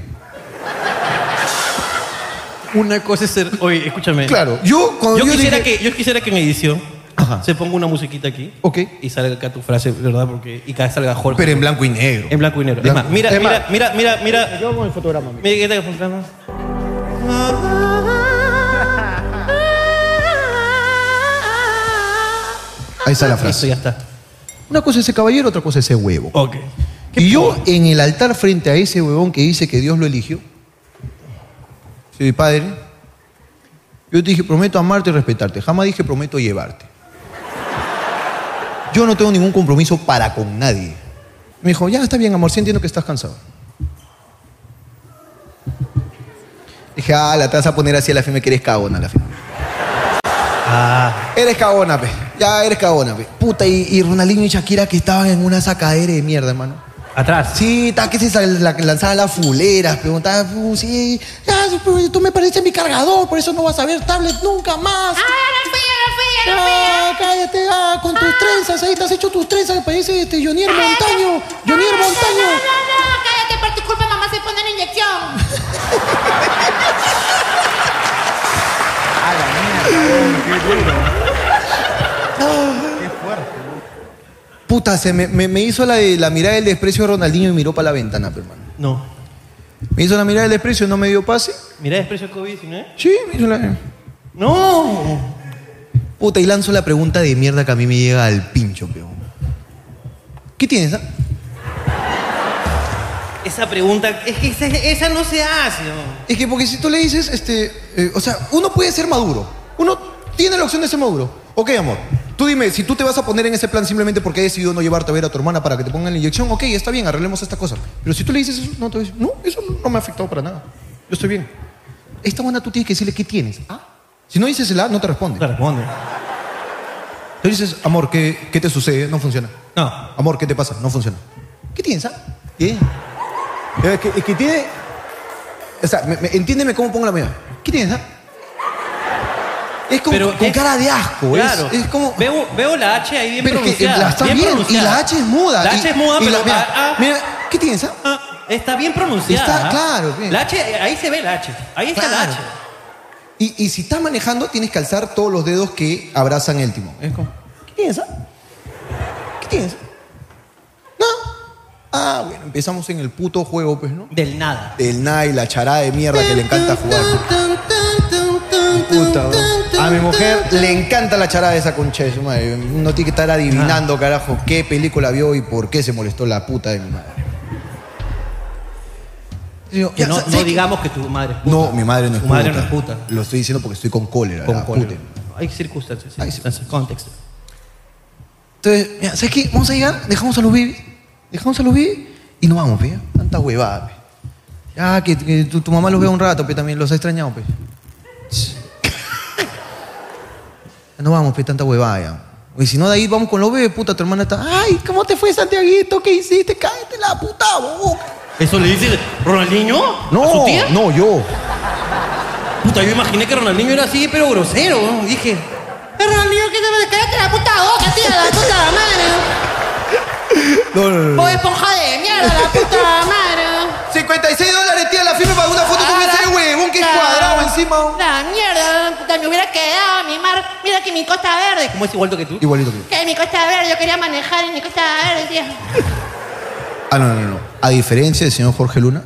Speaker 1: Una cosa es ser. Oye, escúchame.
Speaker 2: Claro, yo cuando
Speaker 1: Yo
Speaker 2: yo
Speaker 1: quisiera,
Speaker 2: dije-
Speaker 1: que, yo quisiera que en edición
Speaker 2: Ajá.
Speaker 1: se ponga una musiquita aquí
Speaker 2: Ok.
Speaker 1: y salga acá tu frase, ¿verdad? Porque, y acá salga Jorge.
Speaker 3: Pero en blanco y negro.
Speaker 1: en blanco y negro.
Speaker 2: Blanco.
Speaker 1: Es más, mira,
Speaker 2: Es
Speaker 1: mira,
Speaker 2: más.
Speaker 1: mira, mira, mira.
Speaker 5: Yo con el fotograma. mira.
Speaker 1: Mira que está funcionando.
Speaker 2: Ahí está la
Speaker 1: Ah, Listo,
Speaker 2: frase.
Speaker 1: ya está.
Speaker 2: Una cosa es ser caballero, otra cosa es ser huevo.
Speaker 1: Ok.
Speaker 2: Y yo en el altar frente a ese huevón que dice que Dios lo eligió, soy padre, yo te dije, prometo amarte y respetarte. Jamás dije, prometo llevarte. Yo no tengo ningún compromiso para con nadie. Me dijo, ya está bien, amor, sí entiendo que estás cansado. Dije, ah, la te vas a poner así a la firme que eres cagona, a la firme. Eres cagona, pe. Ya eres cagona, pe. Puta, y, y Ronaldinho y Shakira que estaban en una sacadera de mierda, hermano.
Speaker 6: Atrás.
Speaker 2: Sí, ta, ¿qué es esa? La que lanzaba las fuleras, preguntaba, uh, sí, ah, pero tú me pareces mi cargador, por eso no vas a ver tablet nunca más. Ah, cállate, ah, con tus trenzas, ahí te has hecho tus trenzas, que parece este Jonier Montaño, Jonier Montaño.
Speaker 7: cállate, por tu culpa mamá se pone la inyección.
Speaker 2: Ah. Puta, se me, me- me hizo la, de- la mirada del desprecio de Ronaldinho y miró para la ventana, pero, hermano.
Speaker 1: No.
Speaker 2: Me hizo la mirada del desprecio, no me dio pase.
Speaker 1: Mirá, desprecio al COVID-19.
Speaker 2: Sí, me hizo la...
Speaker 1: No.
Speaker 2: Puta, y lanzo la pregunta de mierda que a mí me llega al pincho, peón. ¿Qué tienes? ah?
Speaker 1: Esa pregunta, es que esa, esa no se hace. ¿no?
Speaker 2: Es que porque si tú le dices, este, eh, o sea, uno puede ser maduro. Uno tiene la opción de ser maduro. Ok, amor. Tú dime, si tú te vas a poner en ese plan simplemente porque he decidido no llevarte a ver a tu hermana para que te pongan la inyección, ok, está bien, arreglemos esta cosa. Pero si tú le dices eso, no, te va a decir, no, eso no me ha afectado para nada. Yo estoy bien. Esta buena tú tienes que decirle qué tienes. ¿Ah? Si no dices el A, no te responde.
Speaker 1: Te responde.
Speaker 2: Tú dices, amor, ¿qué, qué te sucede? No funciona.
Speaker 1: No.
Speaker 2: Amor, ¿qué te pasa? No funciona. ¿Qué tienes? ah? ¿Qué? Es que, es que tiene. O sea, me- me- entiéndeme cómo pongo la mía. ¿Qué tienes? ah? Es como
Speaker 1: Pero
Speaker 2: con
Speaker 1: es-
Speaker 2: cara de asco. es-
Speaker 1: Claro.
Speaker 2: Pues, Es, como.
Speaker 1: Veo, veo la H ahí bien
Speaker 2: pero que eh,
Speaker 1: pronunciada.
Speaker 2: la está bien, y
Speaker 1: pronunciada.
Speaker 2: la H es muda.
Speaker 1: La
Speaker 2: y-
Speaker 1: H es muda,
Speaker 2: y
Speaker 1: pero
Speaker 2: la- mira,
Speaker 1: ah, ah,
Speaker 2: mira, ¿qué tienes? ah?
Speaker 1: ah, está bien pronunciada.
Speaker 2: Está-
Speaker 1: ¿ah?
Speaker 2: claro, bien.
Speaker 1: La H, ahí se ve la H. Ahí está la
Speaker 2: Claro.
Speaker 1: H.
Speaker 2: Y, y si estás manejando, tienes que alzar todos los dedos que abrazan el timón. Es como, ¿qué tienes? ah? ¿Qué tienes? ah? No. Ah, bueno, empezamos en el puto juego, pues, ¿no?
Speaker 1: Del nada.
Speaker 2: Del nada y la charada de mierda que le encanta jugar. pues. Puta, bro. A mi mujer le encanta la charada de esa concha de su madre. No tiene que estar
Speaker 1: Ah.
Speaker 2: adivinando, carajo, qué película vio y por qué se molestó la puta de mi madre. Digo,
Speaker 1: Que
Speaker 2: ya,
Speaker 1: no,
Speaker 2: ¿sabes
Speaker 1: no
Speaker 2: qué?
Speaker 1: digamos que tu madre es puta.
Speaker 2: No, mi madre no es
Speaker 1: Tu
Speaker 2: puta.
Speaker 1: madre no es puta.
Speaker 2: Lo estoy diciendo porque estoy con cólera.
Speaker 1: Con
Speaker 2: la
Speaker 1: cólera.
Speaker 2: puta.
Speaker 1: Hay circunstancias.
Speaker 2: Hay
Speaker 1: circunstancias. Contexto.
Speaker 2: Entonces, mira, ¿sabes qué? Vamos a llegar, dejamos a los bebés, dejamos a los bebés y nos vamos, pe. Tanta huevada, pe. Ya, que, que tu, tu mamá los vea un rato, pe, también los ha extrañado, pe. No vamos, pe, tanta huevada ya. Y si no, de ahí vamos con los bebés, puta, tu hermana está, ay, ¿cómo te fue, Santiaguito? ¿Qué hiciste? Cállate la puta boca.
Speaker 1: ¿Eso le dice Ronaldinho? ¿A su tía?
Speaker 2: no, yo.
Speaker 1: Puta, yo imaginé que Ronaldinho era así, pero grosero. ¿no? Dije,
Speaker 7: Pero Ronaldinho, que se me cállate la puta boca, tía, la puta madre.
Speaker 2: No, no,
Speaker 7: Vos esponja de mierda, la puta madre.
Speaker 2: 56 dólares, tía, la firme para una foto con ese huevón que es cuadrado encima.
Speaker 7: La mierda, puta, me hubiera quedado mi mar. Mira que mi costa verde.
Speaker 1: ¿cómo es igualito que tú?
Speaker 2: Igualito que yo.
Speaker 7: Que mi costa verde, yo quería manejar en mi costa verde, tía.
Speaker 2: Ah, no, no, no. A diferencia del señor Jorge Luna,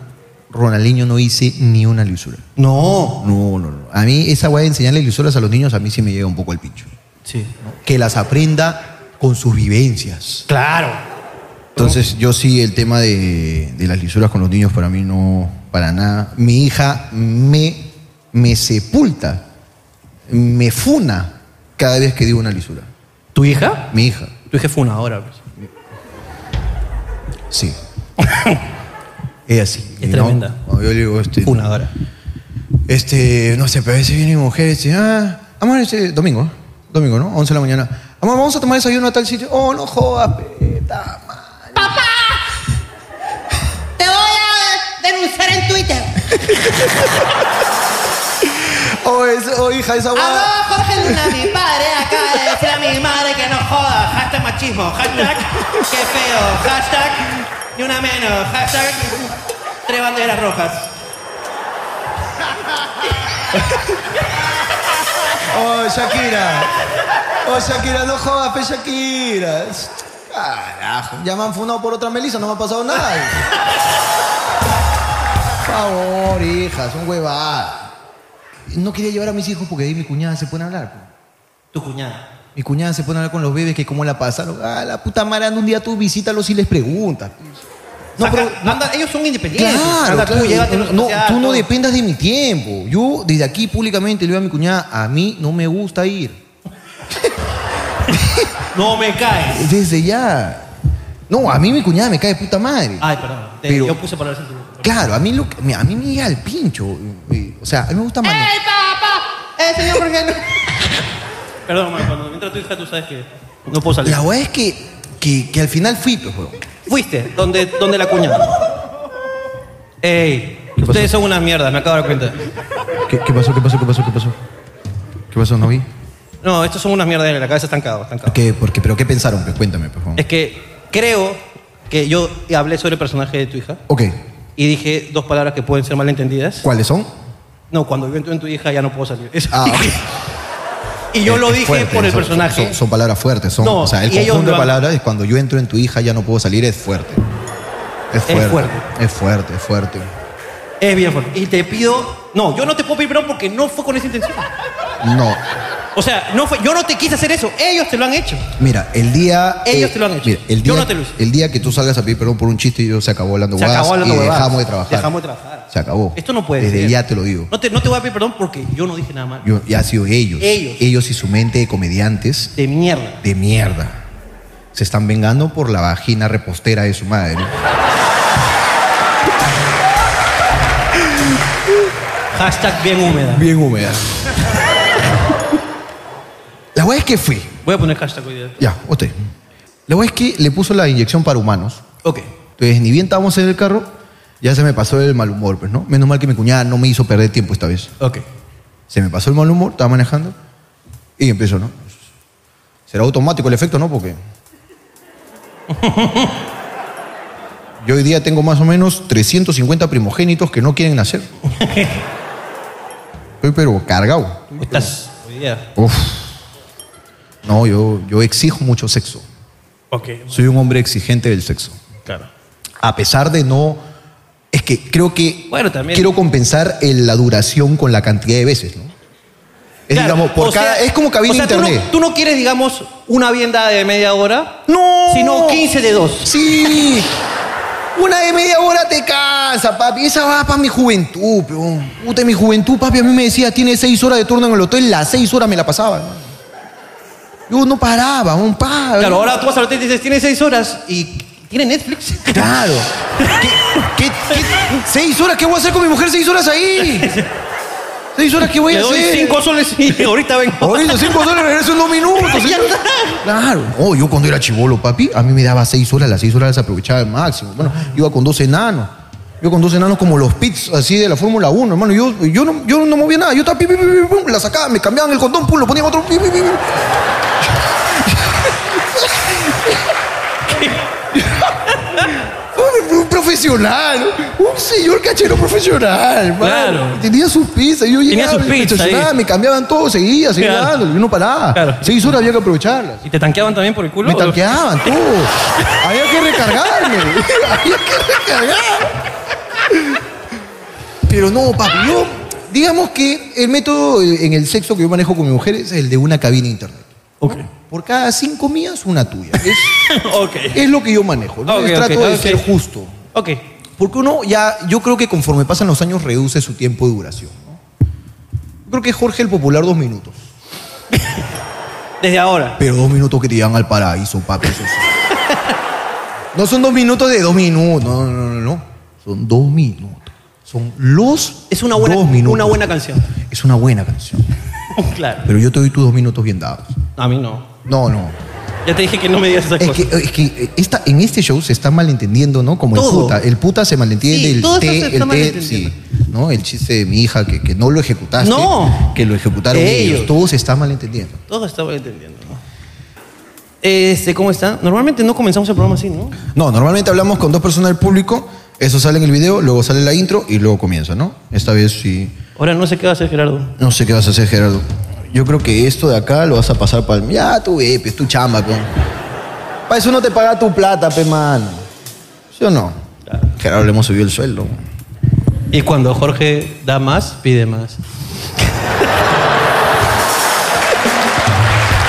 Speaker 2: Ronaldinho no hice ni una lisura.
Speaker 1: No.
Speaker 2: No, no, no. A mí esa weá de enseñarle lisuras a los niños a mí sí me llega un poco al pincho.
Speaker 1: Sí.
Speaker 2: ¿no? Que las aprenda con sus vivencias.
Speaker 1: Claro.
Speaker 2: Entonces yo sí el tema de, de las lisuras con los niños para mí no, para nada. Mi hija me, me sepulta, me funa cada vez que digo una lisura.
Speaker 1: ¿Tu hija?
Speaker 2: Mi hija,
Speaker 1: Tu hija fue una hora. pues. *laughs*
Speaker 2: sí. Ella sí.
Speaker 1: Es
Speaker 2: ¿no?
Speaker 1: tremenda.
Speaker 2: Cuando yo le digo, este,
Speaker 1: Funadora.
Speaker 2: Este, no sé, pero a veces viene mi mujer y dice, ah, amor, este, domingo, ¿eh? domingo, ¿no? 11 de la mañana. Amor, vamos a tomar desayuno a tal sitio. Oh, no jodas, peta,
Speaker 7: ¡Papá! Te voy a denunciar en Twitter.
Speaker 2: Oh, es, oh, hija, esa guada.
Speaker 7: Habló Jorge Luna, mi padre, acaba de decir a mi madre que no joda.
Speaker 1: Hashtag machismo. *laughs* Hashtag qué feo. Hashtag ni una menos. Hashtag tres banderas rojas.
Speaker 2: Oh, Shakira. Oh, Shakira, no jodas, pe, Shakira. Carajo. Ya me han funado por otra melisa, no me ha pasado nada. Por favor, hija, son huevadas. No quería llevar a mis hijos porque ahí mi cuñada se pone a hablar, pues.
Speaker 1: Tu cuñada.
Speaker 2: Mi cuñada se pone a hablar con los bebés que cómo la pasaron. Ah, la puta madre, anda un día tú visítalos y les preguntas. No,
Speaker 1: Saca-
Speaker 2: pero...
Speaker 1: anda, ellos son independientes.
Speaker 2: Claro,
Speaker 1: Anda
Speaker 2: claro,
Speaker 1: tú, llévatelos
Speaker 2: no,
Speaker 1: a pasear,
Speaker 2: tú no
Speaker 1: todo.
Speaker 2: dependas de mi tiempo. Yo desde aquí públicamente le digo a mi cuñada, a mí no me gusta ir.
Speaker 1: No me caes.
Speaker 2: Desde ya. No, a mí mi cuñada me cae de puta madre.
Speaker 1: Ay, perdón. Te-
Speaker 2: Pero-
Speaker 1: yo puse palabras en tu boca.
Speaker 2: Claro, a mí, lo que- a mí me llega el pincho. Eh, O sea, a mí me gusta manejar.
Speaker 7: ¡Ey, papá! El señor Jorge Luna.
Speaker 1: Perdón, mamá, cuando entra tu hija, tú sabes que no puedo salir.
Speaker 2: La weá es que, que, que al final fui, pues, weón.
Speaker 1: Fuiste, donde, donde la cuñada. Ey, ustedes son unas mierdas, me acabo de dar cuenta.
Speaker 4: ¿Qué, qué pasó? ¿Qué pasó? ¿Qué pasó? ¿Qué pasó? ¿Qué pasó? ¿No vi?
Speaker 1: No, estos son unas mierdas en la cabeza estancado, estancado.
Speaker 2: ¿Qué, por qué? ¿Pero qué pensaron? Pues cuéntame, por favor.
Speaker 1: Es que creo que yo hablé sobre el personaje de tu hija
Speaker 2: Ok.
Speaker 1: y dije dos palabras que pueden ser malentendidas.
Speaker 2: ¿Cuáles son?
Speaker 1: No, cuando yo entro en tu hija ya no puedo salir. Eso *laughs*
Speaker 2: Ah,
Speaker 1: dije. Y yo
Speaker 2: Eh, Es-
Speaker 1: lo
Speaker 2: es
Speaker 1: dije
Speaker 2: fuerte,
Speaker 1: por el
Speaker 2: son-
Speaker 1: personaje.
Speaker 2: Son, son palabras fuertes. Son,
Speaker 1: No,
Speaker 2: o sea, el
Speaker 1: y ellos
Speaker 2: conjunto
Speaker 1: lo
Speaker 2: de
Speaker 1: han-
Speaker 2: palabras es cuando yo entro en tu hija ya no puedo salir es fuerte. Es fuerte.
Speaker 1: fuerte.
Speaker 2: Es fuerte, es fuerte.
Speaker 1: Es bien fuerte. Y te pido. No, yo no te puedo pedir perdón porque no fue con esa intención.
Speaker 2: No.
Speaker 1: O sea, no fue, yo no te quise hacer eso. Ellos te lo han hecho.
Speaker 2: Mira, el día. eh,
Speaker 1: Ellos te lo han hecho.
Speaker 2: mira, el día,
Speaker 1: Yo no te lo hice.
Speaker 2: El día que tú salgas a pedir perdón por un chiste, yo se acabó hablando
Speaker 1: Se
Speaker 2: huevadas
Speaker 1: acabó hablando
Speaker 2: y
Speaker 1: huevadas.
Speaker 2: dejamos de trabajar.
Speaker 1: Dejamos de trabajar.
Speaker 2: Se acabó.
Speaker 1: Esto no puede
Speaker 2: Desde
Speaker 1: ser.
Speaker 2: ya te lo digo.
Speaker 1: No te, no te voy a pedir perdón porque yo no dije nada mal.
Speaker 2: Yo- y ha sido ellos.
Speaker 1: Ellos.
Speaker 2: y su mente de comediantes
Speaker 1: De mierda.
Speaker 2: de mierda. Se están vengando por la vagina repostera de su madre.
Speaker 1: Hashtag bien húmeda.
Speaker 2: Bien húmeda. la hueá es que fui.
Speaker 1: Voy a poner hashtag hoy día.
Speaker 2: Ya, usted. La hueá es que le puso la inyección para humanos.
Speaker 1: Ok.
Speaker 2: Entonces, ni bien estábamos en el carro, ya se me pasó el mal humor, pues, ¿no? Menos mal que mi cuñada no me hizo perder tiempo esta vez.
Speaker 1: Ok.
Speaker 2: Se me pasó el mal humor, estaba manejando y empezó, ¿no? Será automático el efecto, ¿no? Porque. Yo hoy día tengo más o menos 350 primogénitos que no quieren nacer. Estoy pero cargado.
Speaker 1: Tú Estás hoy día.
Speaker 2: Uf. No, yo, yo exijo mucho sexo.
Speaker 1: Ok.
Speaker 2: Soy un hombre exigente del sexo.
Speaker 1: Claro.
Speaker 2: A pesar de no. Es que creo que
Speaker 1: Bueno, también-
Speaker 2: quiero compensar el- la duración con la cantidad de veces, ¿no? Es,
Speaker 1: Claro,
Speaker 2: digamos, por
Speaker 1: o sea-
Speaker 2: cada, es como cabina
Speaker 1: o sea, tú no-
Speaker 2: internet.
Speaker 1: Tú no, quieres, digamos, una vienda de media hora,
Speaker 2: ¡No!
Speaker 1: sino 15 de dos.
Speaker 2: Sí. Una de media hora te cansa, papi. Esa va para mi juventud, peón. Puta, en mi juventud, papi, a mí me decía, tiene seis horas de turno en el hotel, las seis horas me la pasaba. hermano. Yo no paraba, un pa.
Speaker 1: Claro, ahora tú vas al hotel y dices, tiene 6 horas y tiene Netflix. *laughs*
Speaker 2: Claro. ¿Qué, qué- qué- seis horas? ¿Qué voy a hacer con mi mujer seis horas ahí? ¿Seis horas qué voy
Speaker 1: Le
Speaker 2: a
Speaker 1: doy
Speaker 2: hacer?
Speaker 1: 5 soles
Speaker 2: *laughs*
Speaker 1: y ahorita vengo.
Speaker 2: Ahorita cinco dólares regreso en dos minutos. señor. Claro. Oh, yo cuando era chivolo, papi, a mí me daba seis horas, las seis horas las aprovechaba al máximo. Bueno, iba con dos enanos. Yo con dos enanos como los pits, así de la Fórmula 1, hermano. Yo, yo, no, yo no movía nada. Yo estaba, pi, pi, pi, pi, pum, la sacaba, me cambiaban el condón, pum, lo ponían otro, pi, pi, *laughs* pi, pi. Un, un profesional, un señor cachero profesional, mano.
Speaker 1: Claro.
Speaker 2: Tenía sus pizzas, yo
Speaker 1: Tenía
Speaker 2: llegaba,
Speaker 1: sus
Speaker 2: me
Speaker 1: pizzas ahí.
Speaker 2: estacionaba, me cambiaban todo, seguía, seguía
Speaker 1: Claro.
Speaker 2: dándole, yo no paraba.
Speaker 1: Claro.
Speaker 2: Seis horas había que aprovecharlas.
Speaker 1: ¿Y te tanqueaban también por el culo?
Speaker 2: Me tanqueaban, tú.
Speaker 1: *laughs*
Speaker 2: Había que recargarme. Había que recargar. Pero no, papi, yo. Digamos que el método en el sexo que yo manejo con mi mujer es el de una cabina de internet.
Speaker 1: Ok.
Speaker 2: Por cada cinco mías, una tuya. Es,
Speaker 1: *laughs* Ok.
Speaker 2: es lo que yo manejo. ¿no?
Speaker 1: Ok, ok,
Speaker 2: Yo trato de
Speaker 1: ok.
Speaker 2: ser justo.
Speaker 1: Ok.
Speaker 2: Porque uno ya, yo creo que conforme pasan los años reduce su tiempo de duración. ¿no? Yo creo que Jorge el Popular dos minutos.
Speaker 1: Desde ahora. *laughs*
Speaker 2: Pero dos minutos que te llevan al paraíso, papi. eso sí. No son dos minutos de dos minutos. No, no, no, no. Son dos minutos. Son los
Speaker 1: Es una buena,
Speaker 2: dos minutos.
Speaker 1: una buena canción.
Speaker 2: Es una buena canción.
Speaker 1: claro.
Speaker 2: Pero yo te doy tus dos minutos bien dados.
Speaker 1: A mí no.
Speaker 2: No, no.
Speaker 1: Ya te dije que no me digas esas
Speaker 2: Es que,
Speaker 1: cosas.
Speaker 2: es que esta, en este show se está malentendiendo, ¿no? Como
Speaker 1: Todo.
Speaker 2: el puta. El puta se malentiende,
Speaker 1: Sí,
Speaker 2: el
Speaker 1: todo eso
Speaker 2: té,
Speaker 1: se está
Speaker 2: el té,
Speaker 1: malentendiendo.
Speaker 2: sí, ¿no? El chiste de mi hija que, que no lo ejecutaste.
Speaker 1: No.
Speaker 2: Que lo ejecutaron
Speaker 1: De
Speaker 2: ellos.
Speaker 1: ellos.
Speaker 2: Todo se está malentendiendo.
Speaker 1: Todo estaba entendiendo. ¿no? Este, ¿cómo está? Normalmente no comenzamos el programa así, ¿no?
Speaker 2: No, normalmente hablamos con dos personas del público, eso sale en el video, luego sale la intro y luego comienza, ¿no? Esta vez sí.
Speaker 1: Ahora no sé qué va a hacer Gerardo.
Speaker 2: No sé qué vas a hacer, Gerardo. Yo creo que esto de acá lo vas a pasar para el... Ya, tú, ve, pues, tu chamba, pe. Para eso no te paga tu plata, pe, mano. ¿Sí o no? Gerardo le hemos subido el sueldo.
Speaker 1: Y cuando Jorge da más, pide más. *laughs*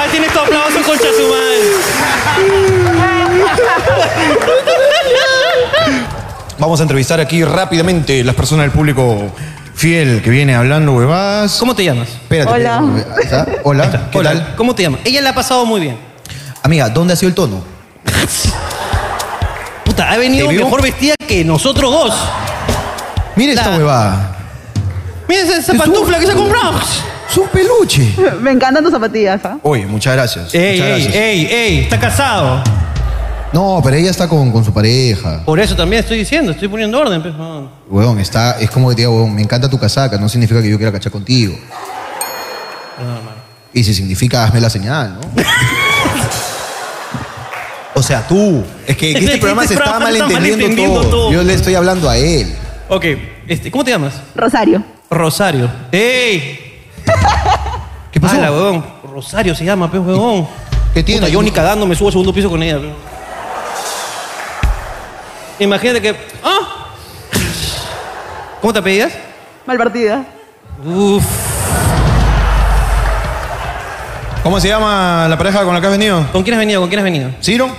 Speaker 1: Ahí tienes tu aplauso, concha su madre.
Speaker 4: Vamos a entrevistar aquí rápidamente las personas del público fiel que viene hablando huevadas.
Speaker 1: ¿Cómo te llamas?
Speaker 2: Espérate.
Speaker 5: Hola.
Speaker 2: espérate. Ahí está. Hola, ¿qué
Speaker 1: Hola,
Speaker 2: tal?
Speaker 1: ¿Cómo te llamas? Ella la ha pasado muy bien.
Speaker 2: Amiga, ¿dónde ha sido el tono?
Speaker 1: Puta, ha venido
Speaker 2: ¿Te vio?
Speaker 1: mejor vestida que nosotros dos.
Speaker 2: Mira esta
Speaker 1: La-
Speaker 2: huevada.
Speaker 1: Mira esa, esa
Speaker 2: Es un-
Speaker 1: pantufla que se ha comprado.
Speaker 2: Es un peluche.
Speaker 5: Me encantan tus zapatillas, ¿ah?
Speaker 4: Oye, muchas gracias.
Speaker 1: Ey,
Speaker 4: muchas
Speaker 1: ey,
Speaker 4: gracias.
Speaker 1: ey, ey, está casado.
Speaker 2: No, pero ella está con, con su pareja.
Speaker 1: Por eso también estoy diciendo, estoy poniendo orden. Pues, huevón.
Speaker 2: Weón, está, es como que te diga, weón, me encanta tu casaca, no significa que yo quiera cachar contigo. Y si significa, hazme la señal, ¿no?
Speaker 3: O sea, tú. Es que en
Speaker 1: Es
Speaker 3: este
Speaker 1: que
Speaker 3: programa
Speaker 1: este
Speaker 3: se está
Speaker 1: programa está
Speaker 3: malentendiendo
Speaker 1: malentendiendo
Speaker 3: todo.
Speaker 1: todo.
Speaker 3: Yo le estoy hablando a él.
Speaker 1: Ok, este, ¿cómo te llamas?
Speaker 5: Rosario.
Speaker 1: Rosario. ¡Ey!
Speaker 2: ¿Qué
Speaker 3: Ah,
Speaker 2: pasó?
Speaker 1: Ala, huevón. Rosario se llama, pues, huevón.
Speaker 2: ¿Qué tiene?
Speaker 1: Puta, yo ni cagando me subo al segundo piso con ella. pues. Imagínate que... ¡Ah! ¿Cómo te apellidas?
Speaker 5: Malpartida.
Speaker 1: Uf.
Speaker 4: ¿Cómo se llama la pareja con la que has venido?
Speaker 1: ¿Con quién has venido? ¿Con quién has venido?
Speaker 4: ¿Ciro?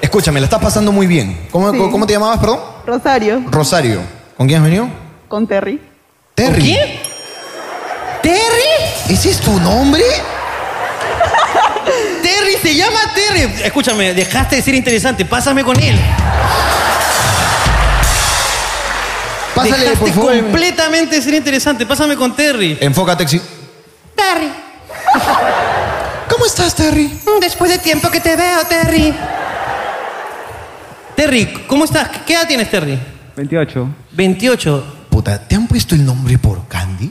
Speaker 3: Escúchame, la estás pasando muy bien. ¿Cómo,
Speaker 5: Sí.
Speaker 3: cómo te llamabas, perdón?
Speaker 5: Rosario.
Speaker 3: Rosario. ¿Con quién has venido?
Speaker 5: Con Terry.
Speaker 2: Terry.
Speaker 1: ¿Quién?
Speaker 2: ¿Ese es tu nombre?
Speaker 1: Terry, se llama Terry. Escúchame, dejaste de ser interesante. Pásame con él.
Speaker 2: Pásale,
Speaker 1: dejaste
Speaker 2: por favor.
Speaker 1: completamente de ser interesante. Pásame con Terry.
Speaker 4: Enfócate, Xi-
Speaker 7: Terry,
Speaker 2: ¿Cómo estás, Terry?
Speaker 7: mm, después de tiempo que te veo, Terry.
Speaker 1: Terry, ¿cómo estás? ¿Qué edad tienes, Terry?
Speaker 8: 28.
Speaker 1: 28.
Speaker 2: Puta, ¿te han puesto el nombre por Candy?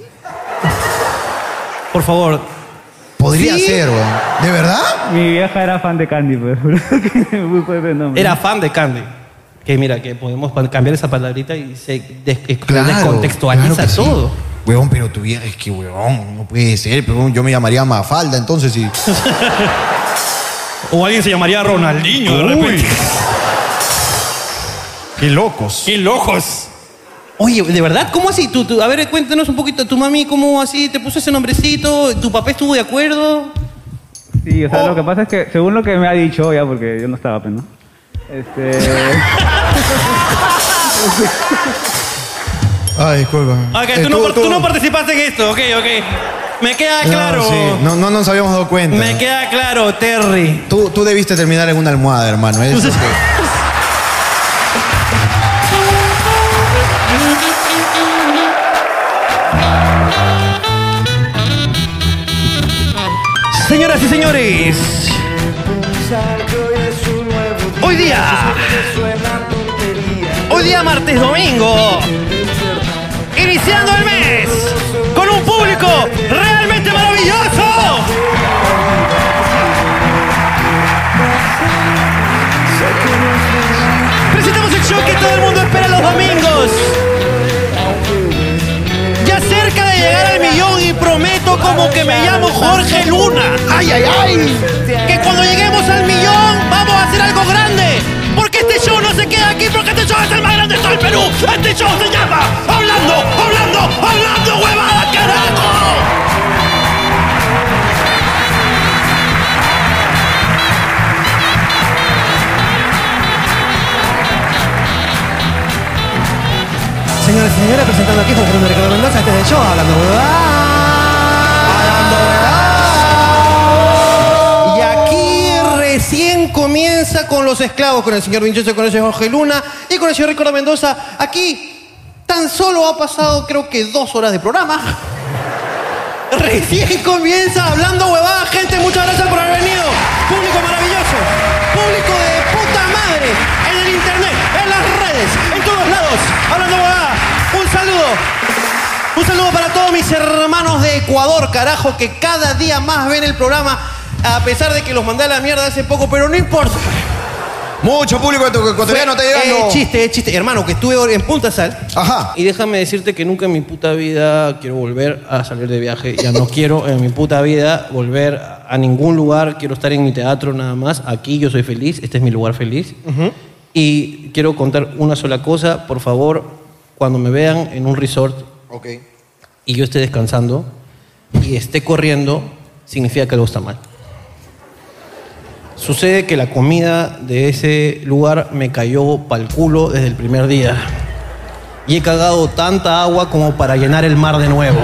Speaker 1: Por favor.
Speaker 2: Podría
Speaker 1: ¿Sí?
Speaker 2: ser, weón. ¿De verdad?
Speaker 8: Mi vieja era fan de Candy, pues. *laughs* por eso que me puso ese nombre.
Speaker 1: Era fan de Candy. Que mira, que podemos pa- cambiar esa palabrita y se des- es- descontextualiza
Speaker 2: claro que sí.
Speaker 1: todo.
Speaker 4: Huevón, pero tu vieja es que huevón, no puede ser, pero yo me llamaría Mafalda, entonces
Speaker 1: *laughs*
Speaker 4: sí.
Speaker 1: O alguien se llamaría Ronaldinho de repente.
Speaker 4: Qué locos.
Speaker 1: ¡Qué locos! Oye, ¿de verdad? ¿Cómo así? Tú, tú- a ver, cuéntanos un poquito. ¿Tu mami cómo así te puso ese nombrecito? ¿Tu papá estuvo de acuerdo?
Speaker 8: Sí, o sea, lo que pasa es que, según lo que me ha dicho, ya, porque yo no estaba, pues, ¿no? Este.
Speaker 4: Ay, disculpa.
Speaker 1: Ok,
Speaker 4: Eh,
Speaker 1: Ah, tú, no, par- tú no participaste en esto. Ok, ok. Me queda
Speaker 4: No,
Speaker 1: claro.
Speaker 4: Ah, sí, no, no nos habíamos dado cuenta.
Speaker 1: Me queda claro, Terry.
Speaker 4: Tú, tú debiste terminar en una almohada, hermano.
Speaker 1: *laughs*
Speaker 4: eso es que-
Speaker 1: Señoras y señores, hoy día, hoy día martes domingo, iniciando el mes con un público realmente maravilloso. Presentamos el show que todo el mundo espera los domingos. Ya cerca de llegar al millón y prometo como que me llamo Jorge Luna. ¡Ay, ay, ay! Que cuando lleguemos al millón vamos a hacer algo grande. Porque este show no se queda aquí, porque este show es el más grande de todo el Perú. Este show se llama Hablando, Hablando, Hablando, huevada, carajo. Señores y señores, presentando aquí Jorge Luis Ricardo Mendoza, este es el show Hablando Huevadas. Y aquí recién comienza con los esclavos, con el señor Vincenzo, con el señor Jorge Luna y con el señor Ricardo Mendoza. Aquí tan solo ha pasado creo que dos horas de programa. Recién comienza hablando huevada, gente. Muchas gracias por haber venido. Público maravilloso. Público de puta madre. En el internet, en las redes, en todos lados. Hablando huevada. Un saludo. Un saludo para todos mis hermanos de Ecuador, carajo, que cada día más ven el programa. A pesar de que los mandé a la mierda hace poco, pero no importa.
Speaker 4: Mucho público ecuatoriano está llegando.
Speaker 1: Es chiste, es chiste. Hermano, que estuve en Punta Sal.
Speaker 4: Ajá.
Speaker 1: Y déjame decirte que nunca en mi puta vida quiero volver a salir de viaje. Ya no quiero en mi puta vida volver a a ningún lugar. Quiero estar en mi teatro nada más. Aquí yo soy feliz. Este es mi lugar feliz. Y quiero contar una sola cosa. Por favor, cuando me vean en un resort
Speaker 4: Ok.
Speaker 1: y yo esté descansando y esté corriendo, significa que algo está mal. Sucede que la comida de ese lugar me cayó pa'l culo desde el primer día. Y he cagado tanta agua como para llenar el mar de nuevo.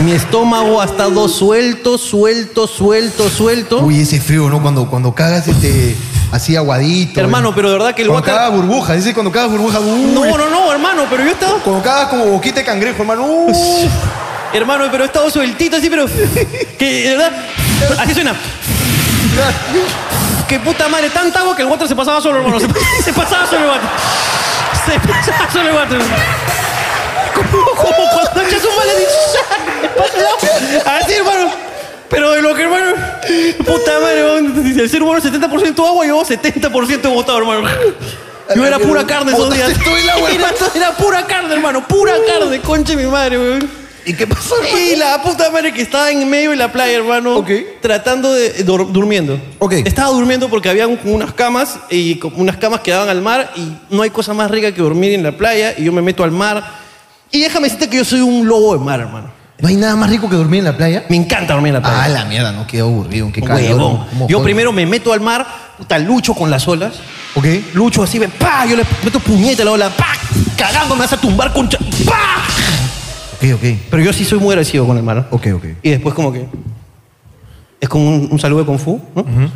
Speaker 1: Mi estómago ha estado suelto, suelto, suelto, suelto.
Speaker 2: Uy, ese frío, ¿no? Cuando, cuando cagas, este.
Speaker 3: así aguadito.
Speaker 1: Hermano,
Speaker 3: ¿no?
Speaker 1: pero de verdad que el
Speaker 4: Cuando
Speaker 1: huaca...
Speaker 4: cagas burbuja, dice cuando cagas burbuja. uy.
Speaker 1: No, no, no, hermano, pero yo estaba...
Speaker 4: Cuando cagas como boquita de cangrejo, hermano. uy.
Speaker 1: Hermano, pero he estado sueltito así, pero... *laughs* Que, de verdad, así
Speaker 3: *laughs*
Speaker 1: suena. Que puta madre, tanta agua que el water se pasaba solo, hermano. Se, se *laughs* pasaba solo el water. Se pasaba solo el water. Como, como cuando echas un mal así, pasa el agua. Así, hermano. Pero de lo que, hermano... Puta madre, hermano, el ser humano 70% agua y yo 70% botado, hermano. Yo era pura carne esos días.
Speaker 3: Botaste todo el agua,
Speaker 1: *laughs* Era, era pura carne, hermano. Pura carne, conche mi madre, weón.
Speaker 3: ¿Y qué pasó?
Speaker 1: *laughs* Y la puta madre que estaba en medio de la playa, hermano.
Speaker 3: Ok.
Speaker 1: Tratando de. dur- durmiendo.
Speaker 3: Ok.
Speaker 1: Estaba durmiendo porque había un- unas camas y co- unas camas que daban al mar y no hay cosa más rica que dormir en la playa y yo me meto al mar. Y déjame decirte que yo soy un lobo de mar, hermano.
Speaker 2: ¿No hay nada más rico que dormir en la playa?
Speaker 1: Me encanta dormir en la playa.
Speaker 2: Ah, la mierda, no quedó aburrido. Qué calor.
Speaker 1: Huevón.
Speaker 2: ¿Cómo
Speaker 1: Yo
Speaker 2: joder?
Speaker 1: primero me meto al mar, puta, lucho con las olas.
Speaker 2: Ok.
Speaker 1: Lucho así, ven, pa, yo le meto puñeta a la ola, pa, cagando me vas a tumbar con... cha- pa.
Speaker 2: Ok, ok.
Speaker 1: Pero yo sí soy muy agresivo con el mar.
Speaker 2: Ok, ok.
Speaker 1: Y después como que... Es como un, un saludo de Kung Fu, ¿no?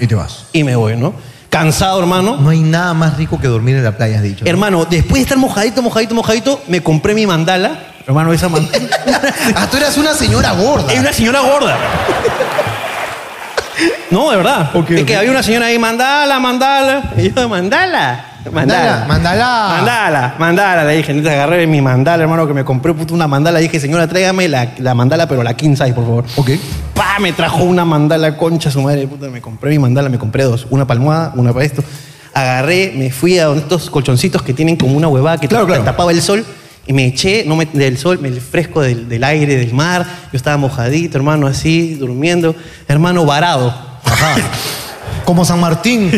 Speaker 2: Y te vas.
Speaker 1: Y me voy, ¿no? Cansado, hermano.
Speaker 2: No hay nada más rico que dormir en la playa, has dicho. ¿no?
Speaker 1: Hermano, después de estar mojadito, mojadito, mojadito, me compré mi mandala. Hermano, esa *laughs* mandala...
Speaker 2: Ah, tú eras una señora gorda.
Speaker 1: Hay una señora gorda. No, de verdad. es que había una señora ahí, mandala, mandala. Y yo, mandala. Mandala.
Speaker 3: Mandala, mandala.
Speaker 1: Mandala, mandala, le dije. Entonces agarré mi mandala, hermano, que me compré puto, una mandala. Dije, señora, tráigame la, la mandala, pero la 15 ahí, por favor.
Speaker 3: Ok.
Speaker 1: Pa, me trajo una mandala, concha su madre, puta. Me compré mi mandala, me compré dos. Una para almohada, una para esto. Agarré, me fui a donde estos colchoncitos que tienen como una huevada que
Speaker 3: Claro,
Speaker 1: te- te
Speaker 3: claro.
Speaker 1: tapaba el sol. Y me eché, no me- del sol, me- el fresco del, del aire, del mar. Yo estaba mojadito, hermano, así, durmiendo. Hermano, varado.
Speaker 3: Como San
Speaker 1: *laughs*
Speaker 3: Martín.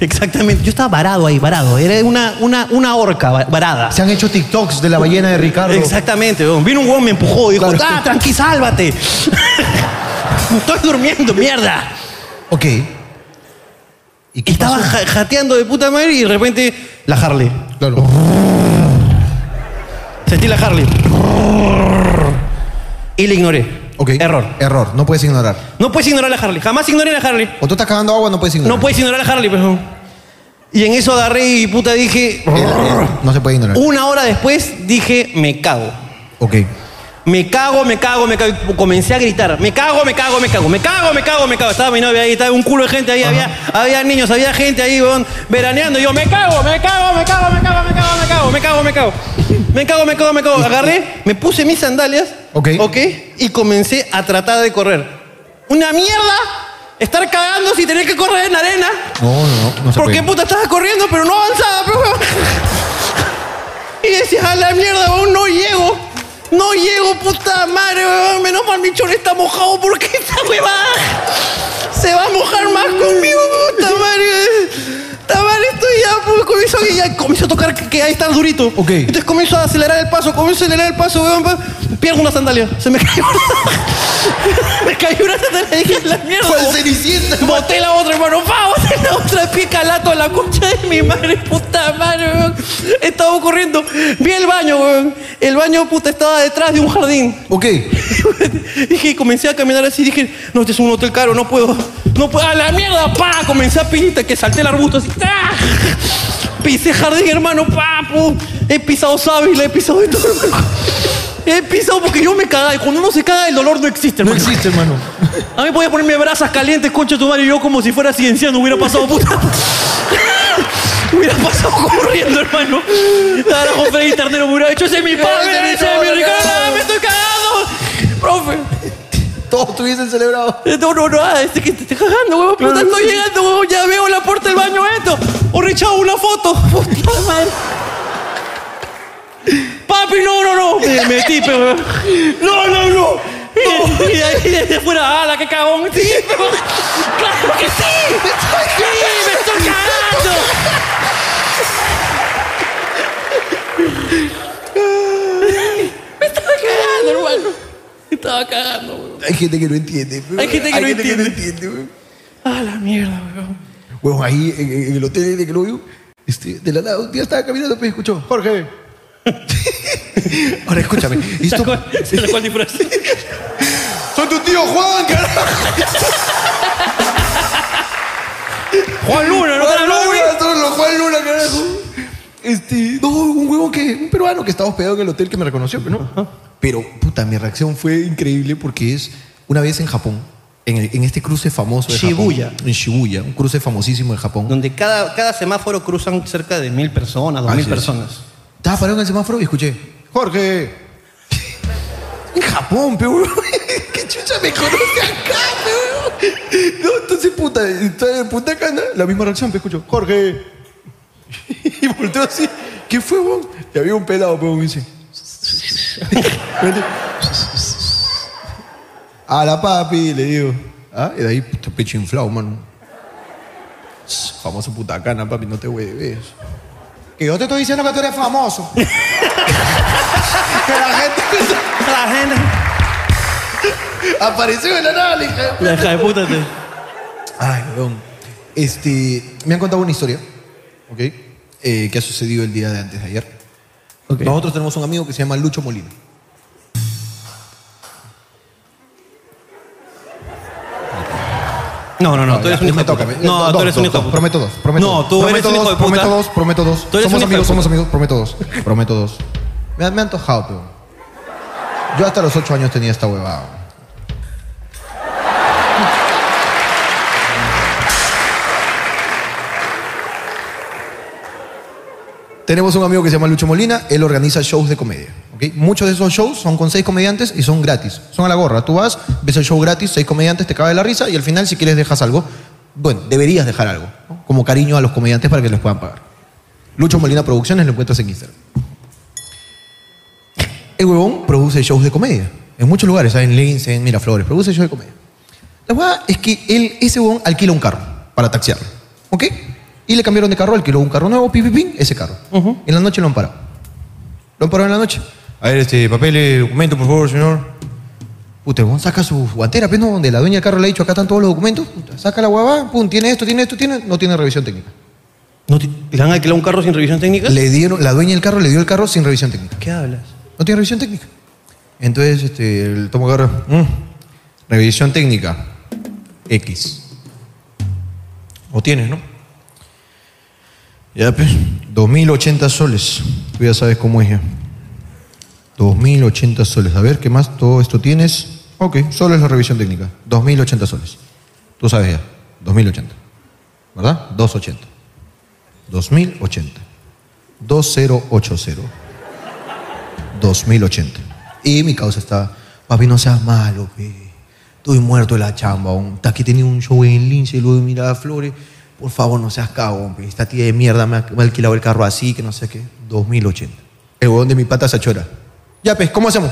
Speaker 1: Exactamente. Yo estaba varado ahí, varado. Era una, una, una orca va- varada.
Speaker 3: Se han hecho TikToks de la ballena de Ricardo.
Speaker 1: Exactamente, weón. vino un huevón, me empujó, dijo,
Speaker 3: Claro.
Speaker 1: ah, tranqui, sálvate. *laughs* Estoy durmiendo, mierda.
Speaker 3: Ok. ¿Y qué
Speaker 1: Estaba ja- jateando de puta madre y de repente la Harley.
Speaker 3: Claro.
Speaker 1: Sentí la Harley. Y la ignoré.
Speaker 3: Ok.
Speaker 1: Error.
Speaker 3: Error. No puedes ignorar.
Speaker 1: No puedes ignorar la Harley. Jamás ignoré la Harley.
Speaker 3: O tú estás cagando agua, no puedes ignorar.
Speaker 1: No puedes ignorar la Harley, pero. Y en eso agarré y puta dije.
Speaker 3: Eh, eh, no se puede ignorar.
Speaker 1: Una hora después dije, me cago.
Speaker 3: Ok.
Speaker 1: Me cago, me cago, me cago. Y comencé a gritar. Me cago, me cago, me cago. Me cago, me cago, me cago. Estaba mi novia ahí, estaba un culo de gente ahí. Había, había niños, había gente ahí, weón, veraneando. Y yo, me cago, me cago, me cago, me cago, me cago, me cago, me cago, me cago. Me cago, me cago, me cago. Agarré, me puse mis sandalias.
Speaker 3: Ok.
Speaker 1: Ok. Y comencé a tratar de correr. ¡Una mierda! Estar cagando si tenés que correr en arena.
Speaker 3: No, no, no, no se
Speaker 1: ¿Por
Speaker 3: puede.
Speaker 1: qué puta estabas corriendo pero *laughs* no avanzaba, pe, weón? Y decías, a la mierda, weón, no llego. No llego, puta madre, weón. Menos mal mi chor está mojado porque *laughs* esta huevada se va a mojar más conmigo, puta madre. Puta madre, estoy ya, pues, comienzo, a- ya comienzo a tocar que, que ahí está durito.
Speaker 3: Ok.
Speaker 1: Entonces comienzo a acelerar el paso, comienzo a acelerar el paso, weón. pa- Pierdo una sandalia. Se me *laughs* cayó una *laughs* Me cayó una sandalia y dije, la mierda.
Speaker 3: Fue el
Speaker 1: weón".
Speaker 3: Cenicienta.
Speaker 1: *laughs* Boté la otra, hermano. ¡Pa! Boté *laughs* la otra. Pie calato a la concha de mi madre. Puta madre, weón. Estaba corriendo. Vi el baño, weón. El baño, puta, estaba detrás de un jardín.
Speaker 3: Ok.
Speaker 1: *laughs* dije, y comencé a caminar así. Dije, no, este es un hotel caro. No puedo. No puedo. ¡A la mierda! ¡Pa! Comencé a pinta que salté el arbusto así. ¡Ah! Pisé jardín, hermano. ¡Pa! pu. He pisado sábila. He pisado de todo. hermano. He pisado porque yo me cagaba. Y cuando uno se caga, el dolor no existe,
Speaker 3: No
Speaker 1: hermano.
Speaker 3: existe, hermano.
Speaker 1: A mí podía ponerme brasas calientes, concha de tu madre, y yo como si fuera cienciano hubiera pasado puta. hubiera pasado corriendo, hermano. Carajo, Freddy Ternero me hubiera hecho, ese es mi padre, ese es mi Ricardo, ah, me estoy cagando. Profe,
Speaker 3: Todos tuviesen celebrado.
Speaker 1: no, no, no, ah, este que te estoy cagando, huevón, puta, estoy llegando, huevón, ya veo la puerta del baño esto. O rechado una foto. Puta madre. Papi, no, no, no. Me metí, pero. weón. No, no, no. Y, y ahí desde fuera, ala, qué cagón. Sí, pero. ¡Claro que sí! ¡Sí, me estoy cagando! Me estaba cagando, hermano. Me estaba cagando, weón.
Speaker 3: Hay gente que no entiende. pero-
Speaker 1: Hay gente que no entiende.
Speaker 3: weón.
Speaker 1: A la mierda, weón.
Speaker 3: Bueno, ahí en, en- en el hotel de que lo vio, este, de la nada, un día estaba caminando pues, y escuchó,
Speaker 1: *laughs*
Speaker 3: Jorge. *laughs* Ahora escúchame. Esto,
Speaker 1: Sacó- Se sacó el disfraz.
Speaker 3: ¡Son tu tío Juan, carajo!
Speaker 1: Juan Luna, ¿no? Juan Luna.
Speaker 2: Juan Luna, carajo. Este, no, un huevo que, un peruano que estaba hospedado en el hotel que me reconoció, pero no. Pero, puta, mi reacción fue increíble porque es una vez en Japón, en, el- en este cruce famoso de
Speaker 1: Shibuya.
Speaker 2: Japón. En Shibuya, un cruce famosísimo de Japón.
Speaker 1: Donde cada, cada semáforo cruzan cerca de mil personas, dos
Speaker 2: Así
Speaker 1: mil
Speaker 2: es.
Speaker 1: personas.
Speaker 2: Estaba parado en el semáforo y escuché, Jorge. *laughs* En Japón, pe, weón. *laughs* ¿Qué chucha me conoce acá, pe, weón? No, entonces, puta, está en Punta Cana, la misma reacción, pe, escucho, Jorge. *laughs* Y volteo así, ¿qué fue, weón? Y había un pelado, pe, weón, y dice. Vente. A la papi, le digo. Ah, y de ahí, puta, pecho inflado, mano. Famoso Punta Cana, papi, no te hueves. Que yo te estoy diciendo que tú
Speaker 1: *laughs*
Speaker 2: eres famoso. que la gente
Speaker 1: La gente.
Speaker 2: apareció en la nada, la hija.
Speaker 1: La hija de puta te-
Speaker 2: Ay, weón. Este, me han contado una historia, ¿ok? Eh, que ha sucedido el día de antes de ayer.
Speaker 1: Ok.
Speaker 2: Nosotros tenemos un amigo que se llama Lucho Molina.
Speaker 1: No, no, no, tú eres un hijo de puta. No, tú eres un hijo de puta.
Speaker 2: Prometo dos, prometo
Speaker 1: No,
Speaker 2: dos.
Speaker 1: tú eres
Speaker 2: Prometo
Speaker 1: un hijo
Speaker 2: dos,
Speaker 1: de puta.
Speaker 2: Prometo dos, prometo dos.
Speaker 1: Tú eres
Speaker 2: somos
Speaker 1: un hijo de
Speaker 2: amigos,
Speaker 1: puta.
Speaker 2: somos amigos, prometo dos. Prometo dos. Me, ha- me ha antojado, pero. Yo hasta los ocho años tenía esta huevada. weón. Tenemos un amigo que se llama Lucho Molina, él organiza shows de comedia. ¿ok? Muchos de esos shows son con seis comediantes y son gratis. Son a la gorra. Tú vas, ves el show gratis, seis comediantes, te cae la risa y al final, si quieres, dejas algo. Bueno, deberías dejar algo, ¿no? como cariño a los comediantes para que les puedan pagar. Lucho Molina Producciones lo encuentras en Instagram. El huevón produce shows de comedia. En muchos lugares, ¿sabes? en Lince, en Miraflores, produce shows de comedia. La huevada es que él, ese huevón alquila un carro para taxiarlo. ¿Ok? Y le cambiaron de carro, alquiló un carro nuevo, pi, pi, pi, ese carro. En la noche lo han parado. Lo han parado en la noche.
Speaker 9: A ver, este,
Speaker 2: eh,
Speaker 9: papeles, documento, por favor, señor.
Speaker 2: Puta, el huevón saca su guantera, pues, ¿no? Donde la dueña del carro le ha dicho, acá están todos los documentos. Puta, saca la huevada, pum, tiene esto, tiene esto, tiene... No tiene revisión técnica.
Speaker 1: ¿No te- ¿Le han alquilado un carro sin revisión técnica?
Speaker 2: Le dieron, la dueña del carro le dio el carro sin revisión técnica.
Speaker 1: ¿Qué hablas?
Speaker 2: No tiene revisión técnica. Entonces, este, el tomo carro. mm, Revisión técnica. X. O tienes, ¿no? Ya, pues. 2080 soles. Tú ya sabes cómo es ya. 2080 soles. A ver, ¿qué más? Todo esto tienes. Ok, solo es la revisión técnica. 2080 soles. Tú sabes ya. 2080. ¿Verdad? 280. 2080. 2080. 2080. Y mi causa estaba, papi, no seas malo, pe. Estoy muerto de la chamba, aún. Aquí tenía un show en Lince, luego en Miraflores. Por favor, no seas cagón, pe. Esta tía de mierda me ha, me ha alquilado el carro así, que no sé qué. 2080. El huevón de mi pata se achora. Ya, pues, ¿cómo hacemos?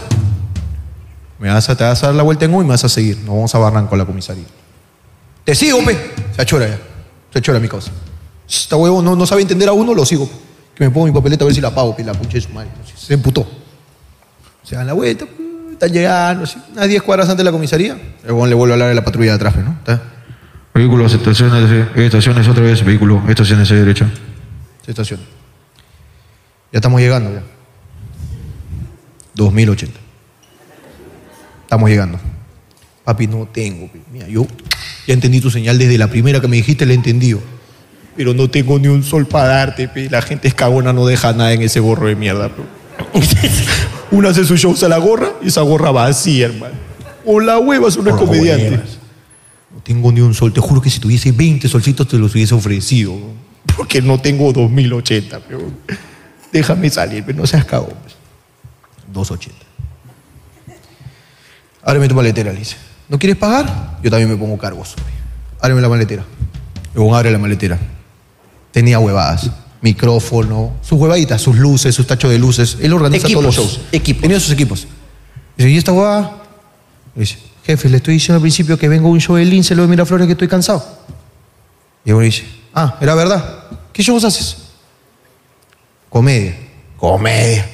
Speaker 2: Me vas a, te vas a dar la vuelta en U y me vas a seguir. Nos vamos a Barranco a la comisaría. Te sigo, pe. Se achora ya. Se achora mi causa. Esta huevo no, no sabe entender a uno, lo sigo. pe. Que me pongo mi papeleta a ver si la pago, pe. La puché su madre. Entonces, Se emputó. Se dan la vuelta, pu, están llegando, así, unas 10 cuadras antes de la comisaría. El huevón le vuelve a hablar a la patrulla de atrás, pues, ¿no? Está-
Speaker 10: Vehículos, estaciones, estaciones otra vez, vehículo, estaciones a derecha.
Speaker 2: se estaciona. Ya estamos llegando, ya. 2080. Estamos llegando. Papi, no tengo. pe. Mira, yo ya entendí tu señal desde la primera que me dijiste, la he entendido. Pero no tengo ni un sol para darte, pe. La gente es cagona, no deja nada en ese gorro de mierda, pe. Uno hace sus shows a la gorra y esa gorra va así, hermano. O la huevas, uno es
Speaker 9: O la
Speaker 2: comediante.
Speaker 9: huevas.
Speaker 2: No tengo ni un sol. Te juro que si tuviese 20 solcitos te los hubiese ofrecido. weón. Porque no tengo 2080, weón. Déjame salir, pero no seas cagón. pues. 280. Ábreme tu maletera, le dice. ¿No quieres pagar? Yo también me pongo cargos. Ábreme la maletera. Luego abre la maletera. Tenía huevadas. Micrófono, sus huevaditas, sus luces, sus tachos de luces. Él organiza todos los
Speaker 1: Equipos,
Speaker 2: shows. Tenía sus equipos. Dice, ¿y esta huevada? Le dice, jefe, le estoy diciendo al principio que vengo a un show de Lince, luego de Miraflores, que estoy cansado. Y uno dice, ah, era verdad. ¿Qué shows haces? Comedia. Comedia.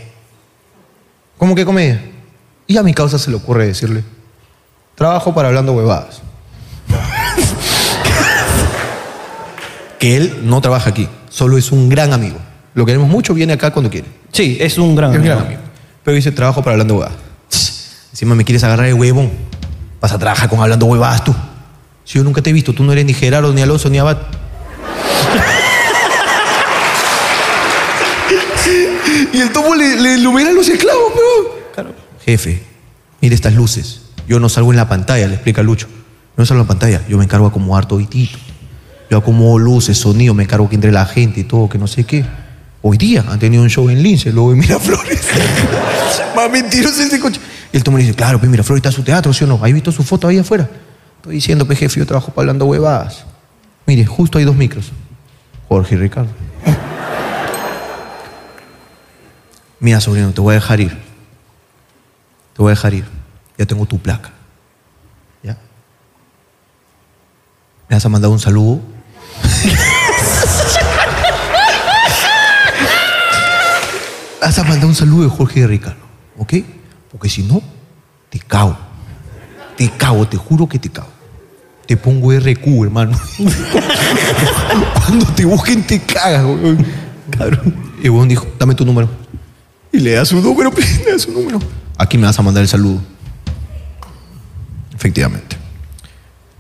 Speaker 2: ¿Cómo que comedia? Y a mi causa se le ocurre decirle, trabajo para hablando huevadas. *laughs* que él no trabaja aquí, solo es un gran amigo. Lo queremos mucho, viene acá cuando quiere.
Speaker 1: Sí, es un gran
Speaker 2: Es un
Speaker 1: amigo.
Speaker 2: gran amigo. Pero dice, trabajo para hablando huevadas. Tss, Encima me quieres agarrar el huevón. Vas a trabajar con hablando huevadas tú. Si yo nunca te he visto, tú no eres ni Gerardo, ni Alonso, ni Abad. *laughs*
Speaker 4: Y el topo le, le ilumina a los esclavos, pero.
Speaker 2: Jefe, mire estas luces. Yo no salgo en la pantalla, le explica Lucho. Yo no salgo en pantalla, yo me encargo de acomodar toditito. Yo acomodo luces, sonido, me encargo que entre la gente y todo, que no sé qué. Hoy día han tenido un show en Lince, luego en Miraflores. *laughs* Más mentiroso ese coche. Y el tomo le dice, claro, pues Miraflores está su teatro, ¿sí o no? ¿Has visto su foto ahí afuera? Estoy diciendo, pues jefe, yo trabajo para hablando huevadas. Mire, justo hay dos micros. Jorge y Ricardo. Mira, sobrino, te voy a dejar ir. Te voy a dejar ir. Ya tengo tu placa. ¿Ya? ¿Me vas a mandar un saludo? Me vas a mandar un saludo de Jorge y de Ricardo. ¿Ok? Porque si no, te cago. Te cago, te juro que te cago. Te pongo RQ, hermano. *laughs* Cuando te busquen, te cagas, weón. Cabrón. Y el weón dijo, dame tu número. Y le da su
Speaker 4: *laughs*
Speaker 2: número, le da su número. Aquí me vas a mandar el saludo.
Speaker 4: Efectivamente.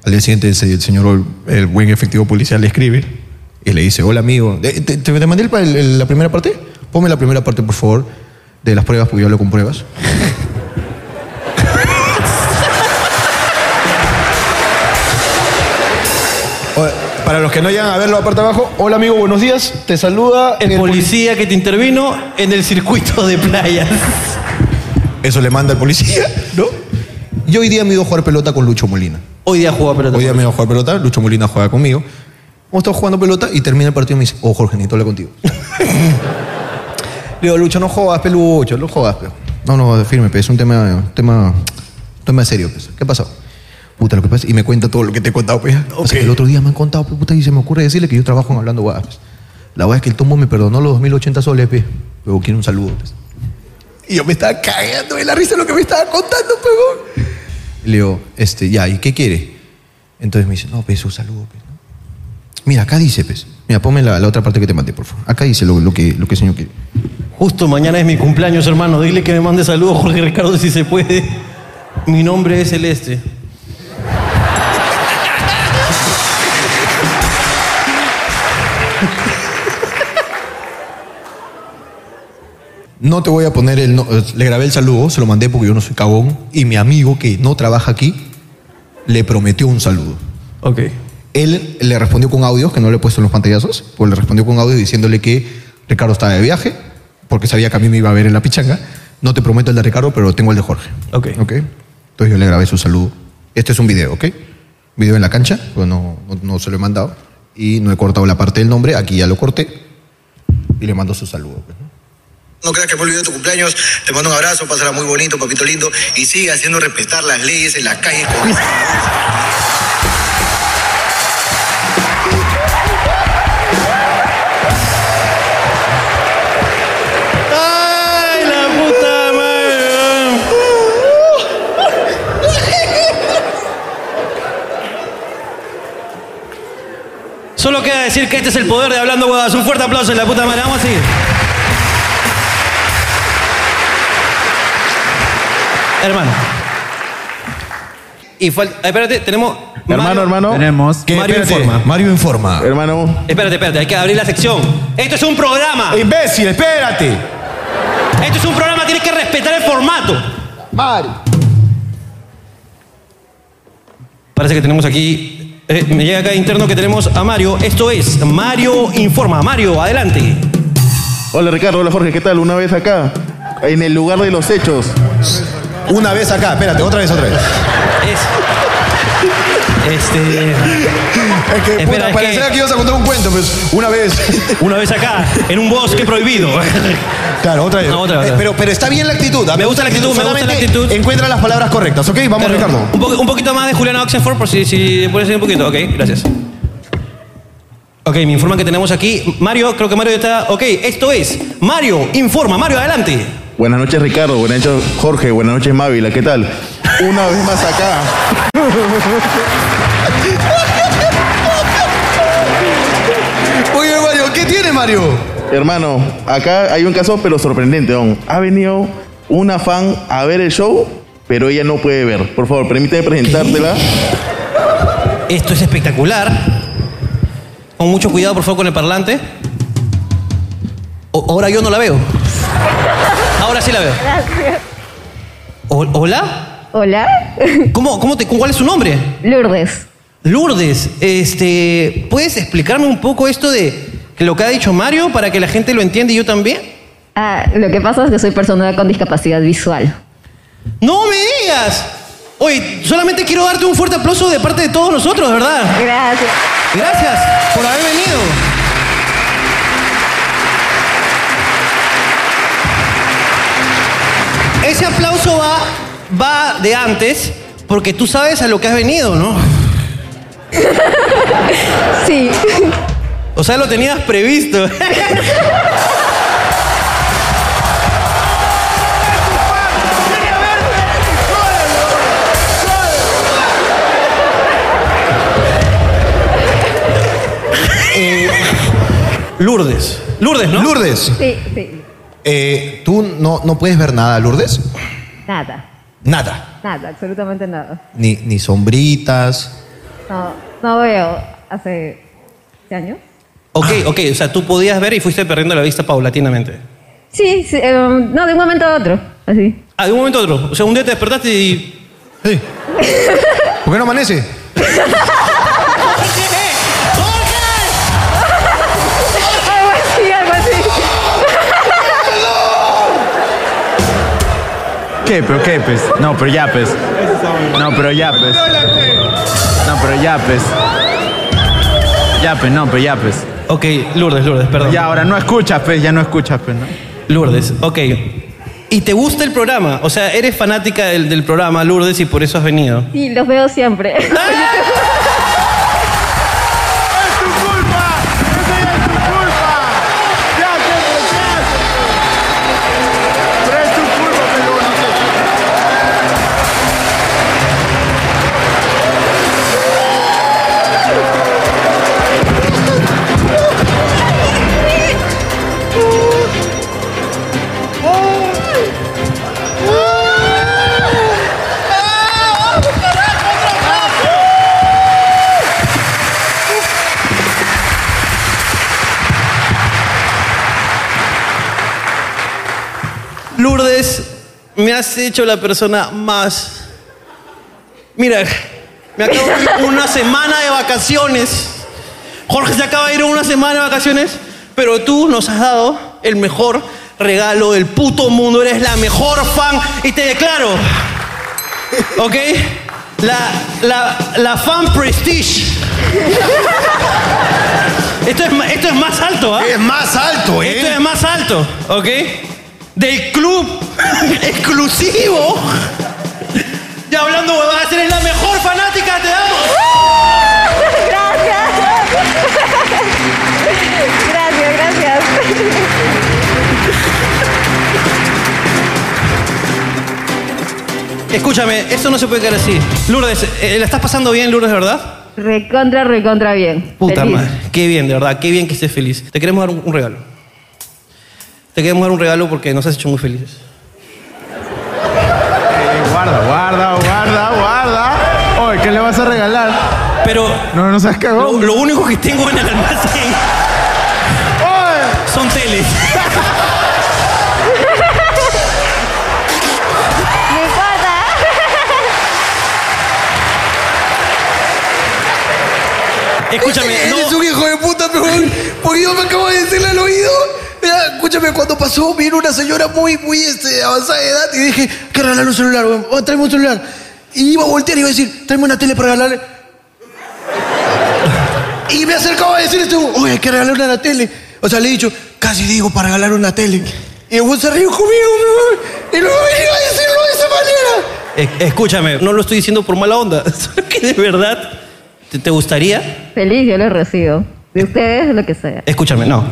Speaker 4: Al día siguiente, ese- el señor, el buen efectivo policial, le escribe y le dice: Hola, amigo. Eh, ¿Te, te- te mandé el pa- el- el- la primera parte? Ponme la primera parte, por favor, de las pruebas, porque yo hablo con pruebas. *laughs* O- Para los que no llegan a verlo, aparte abajo, hola amigo, buenos días, te saluda
Speaker 1: El
Speaker 4: el policía.
Speaker 1: policía que te intervino en el circuito de playas.
Speaker 4: Eso le manda el *laughs* policía, ¿no? Yo hoy día me iba a jugar pelota con Lucho Molina.
Speaker 1: Hoy día juega pelota.
Speaker 4: Hoy día me iba a jugar pelota, Lucho Molina juega conmigo. Hemos estado jugando pelota y termina el partido y me dice, oh Jorge, necesito hablar contigo. *laughs* Le digo, Lucho, no jodas, pelucho, no jodas, pero. No, no, firme, pe, es un tema, un tema, un tema serio. pe. ¿Qué pasó? Puta, lo que pasa, y me cuenta todo lo que te he contado, pe.
Speaker 2: O sea, el otro día me han contado, pe, puta, y se me ocurre decirle que yo trabajo en Hablando Guapas. pues. La verdad es que el tombo me perdonó los 2080 soles, pe. Pero quiero un saludo, pues.
Speaker 4: Y yo me estaba cagando de la risa de lo que me estaba contando, pues, pegón.
Speaker 2: Y le digo, este, ya, ¿y qué quiere? Entonces me dice, no, pues, un saludo, pues. ¿no? Mira, acá dice, pues. Mira, ponme la, la otra parte que te mandé, por favor. Acá dice lo, lo que, lo que el señor quiere.
Speaker 1: Justo mañana es mi cumpleaños, hermano. Dile que me mande saludos, Jorge Ricardo, si se puede. Mi nombre es Celeste.
Speaker 4: No te voy a poner el. no- eh, le grabé el saludo, se lo mandé porque yo no soy cagón. Y mi amigo que no trabaja aquí le prometió un saludo.
Speaker 1: Ok.
Speaker 4: Él le respondió con audios, que no le he puesto en los pantallazos, pues le respondió con audios diciéndole que Ricardo estaba de viaje, porque sabía que a mí me iba a ver en la pichanga. No te prometo el de Ricardo, pero tengo el de Jorge.
Speaker 1: Ok.
Speaker 4: ¿Ok? Entonces yo le grabé su saludo. Este es un video, ¿ok? Video en la cancha, pues no, no, no se lo he mandado. Y no he cortado la parte del nombre, aquí ya lo corté. Y le mando su saludo. pues, ¿no?
Speaker 11: No creas que fue olvidado tu cumpleaños. Te mando un abrazo, pásala muy bonito, papito lindo. Y sigue haciendo respetar las leyes en las calles. con-
Speaker 1: ¡Ay, la puta madre! Solo queda decir que este es el poder de Hablando Huevas. Un fuerte aplauso en la puta madre. Vamos a seguir. Hermano. Y falta... Espérate, tenemos... Mario-
Speaker 12: Tenemos.
Speaker 4: ¿Qué?
Speaker 1: Mario
Speaker 4: Espérate,
Speaker 1: informa.
Speaker 4: Mario informa.
Speaker 12: Hermano.
Speaker 1: Espérate, espérate, hay que abrir la sección. Esto es un programa.
Speaker 12: Imbécil, espérate.
Speaker 1: Esto es un programa, tienes que respetar el formato.
Speaker 12: Mario.
Speaker 1: Parece que tenemos aquí. eh, me llega acá interno que tenemos a Mario. Esto es Mario Informa. Mario, adelante.
Speaker 12: *laughs* Hola Ricardo, hola Jorge, ¿qué tal? Una vez acá, en el lugar de los hechos.
Speaker 4: Una vez acá, espérate, otra vez, otra vez.
Speaker 1: Es. Este.
Speaker 4: Es que,
Speaker 1: Espera,
Speaker 4: puta,
Speaker 1: Eh, es
Speaker 4: pareciera
Speaker 1: que-
Speaker 4: que... ibas a contar un cuento, pues, una vez.
Speaker 1: *laughs* Una vez acá, en un bosque prohibido.
Speaker 4: Claro, otra vez.
Speaker 1: No, otra vez.
Speaker 4: Eh, pero, pero está bien la actitud.
Speaker 1: Me gusta la actitud, me gusta la
Speaker 4: Solamente
Speaker 1: actitud.
Speaker 4: Encuentra las palabras correctas, ¿ok? Vamos,
Speaker 1: Claro,
Speaker 4: Ricardo.
Speaker 1: Un, po- un poquito más de Juliana Oxenford, por si, si puedes ir un poquito. Ok, gracias. Ok, me informan que tenemos aquí. Mario, creo que Mario ya está. Ok, esto es Mario Informa. Mario, adelante.
Speaker 12: Buenas noches Ricardo, buenas noches Jorge, buenas noches Mávila, ¿qué tal? Una vez más acá.
Speaker 4: Oye, Mario, ¿qué tiene, Mario?
Speaker 12: Hermano, acá hay un caso pero sorprendente aún. Ha venido una fan a ver el show, pero ella no puede ver. Por favor, permíteme presentártela.
Speaker 1: Esto es espectacular. Con mucho cuidado, por favor, con el parlante. O- ahora yo no la veo. Ahora sí la veo.
Speaker 13: Gracias.
Speaker 1: O- ¿Hola?
Speaker 13: Hola.
Speaker 1: ¿Cómo, cómo te, ¿Cuál es su nombre?
Speaker 13: Lourdes.
Speaker 1: Lourdes, este, ¿puedes explicarme un poco esto de que lo que ha dicho Mario para que la gente lo entienda y yo también?
Speaker 13: Ah, lo que pasa es que soy persona con discapacidad visual.
Speaker 1: ¡No me digas! Oye, solamente quiero darte un fuerte aplauso de parte de todos nosotros, de ¿verdad?
Speaker 13: Gracias.
Speaker 1: Gracias por haber venido. Ese aplauso va, va de antes porque tú sabes a lo que has venido, ¿no?
Speaker 13: Sí.
Speaker 1: O sea, lo tenías previsto. *laughs* Lourdes. Lourdes, ¿no?
Speaker 2: Lourdes.
Speaker 13: Sí, sí.
Speaker 2: Eh, ¿Tú no, no puedes ver nada, Lourdes?
Speaker 13: Nada.
Speaker 2: Nada.
Speaker 13: Nada, absolutamente nada.
Speaker 2: Ni, ni sombritas.
Speaker 13: No, no veo hace ¿qué año?
Speaker 1: Ok, ok, o sea, tú podías ver y fuiste perdiendo la vista paulatinamente.
Speaker 13: Sí, sí eh, no, de un momento a otro. Así.
Speaker 1: Ah, de un momento a otro. O sea, un día te despertaste y. Sí.
Speaker 2: ¿Por qué no amanece?
Speaker 13: Algo así, algo así.
Speaker 14: ¿Qué? ¿Pero qué, pues? No, pero ya, pues. No, pero ya, pues. No, pero ya, pues. Ya, pues, no, pero ya, pues.
Speaker 1: Ok, Lourdes, Lourdes, perdón.
Speaker 14: Ya, ahora no escuchas, pues, ya no escuchas, pues, ¿no?
Speaker 1: Lourdes, ok. Y te gusta el programa. O sea, eres fanática del, del programa, Lourdes, y por eso has venido.
Speaker 13: Sí, los veo siempre.
Speaker 1: Lourdes, me has hecho la persona más. Mira, me acabo de ir una semana de vacaciones. Jorge se acaba de ir una semana de vacaciones, pero tú nos has dado el mejor regalo del puto mundo. Eres la mejor fan y te declaro, ¿ok? La, la, la fan prestige. Esto es, ma- esto es más alto, ¿ah? Es más alto, ¿eh? Esto es más alto, ¿ok? Del club *laughs* exclusivo. Ya hablando huevadas, eres la mejor fanática, te damos.
Speaker 13: Gracias, gracias.
Speaker 1: Escúchame, eso no se puede quedar así. Lourdes, eh, ¿la estás pasando bien, Lourdes, verdad?
Speaker 13: Recontra, recontra bien.
Speaker 1: Puta
Speaker 13: Feliz.
Speaker 1: madre. Qué bien, de verdad, qué bien que estés feliz. Te queremos dar un, un regalo. Te queremos dar un regalo porque nos has hecho muy felices.
Speaker 14: Eh, Guarda, guarda, guarda, guarda. Oye, ¿qué le vas a regalar?
Speaker 1: Pero.
Speaker 14: No, no seas cagón.
Speaker 1: Lo, único que tengo en el almacén. Son teles.
Speaker 13: No importa.
Speaker 1: Escúchame,
Speaker 15: no.
Speaker 2: Eres Este un hijo de puta, perdón. Porque yo me acabo de decirle al oído. Mira, escúchame, cuando pasó, vino una señora muy, muy este, avanzada de edad y dije, que regalar un celular, weón. Oh, tráeme un celular. Y iba a voltear y iba a decir, tráeme una tele para regalarle. Y me acercaba a decir esto, oye, hay que regalar una tele. O sea, le he dicho, casi digo para regalar una tele. Y el weón se rió conmigo, weón. Y luego iba a decirlo de esa manera.
Speaker 1: Es- Escúchame, no lo estoy diciendo por mala onda, *laughs* solo que de verdad te, te gustaría.
Speaker 13: Feliz, yo lo recibo. De ustedes, lo que sea.
Speaker 1: Escúchame, no.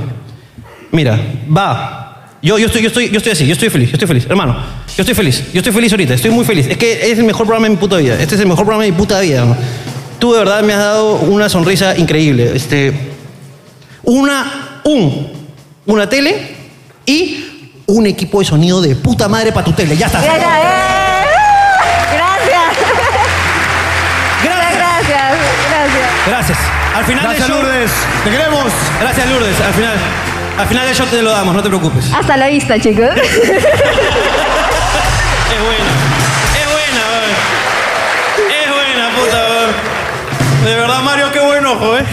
Speaker 1: Mira, va. Yo, yo, estoy, yo, estoy, yo estoy así, yo estoy feliz, yo estoy feliz, hermano. Yo estoy feliz, yo estoy feliz ahorita, estoy muy feliz. Es que es el mejor programa de mi puta vida. Este es el mejor programa de mi puta vida. hermano. Tú de verdad me has dado una sonrisa increíble. Este, una, un, una tele y un equipo de sonido de puta madre para tu tele. Ya está.
Speaker 13: Gracias. Gracias. Gracias. Gracias.
Speaker 1: Gracias. Al final
Speaker 15: Gracias,
Speaker 1: del show,
Speaker 15: Lourdes.
Speaker 1: Te queremos. Gracias, Lourdes. Al final. Al final del show te lo damos, no te preocupes.
Speaker 16: Hasta la vista, chicos.
Speaker 1: Es buena. Es buena, weón. Es buena, puta, weón. De verdad, Mario, qué buen ojo, ¿eh?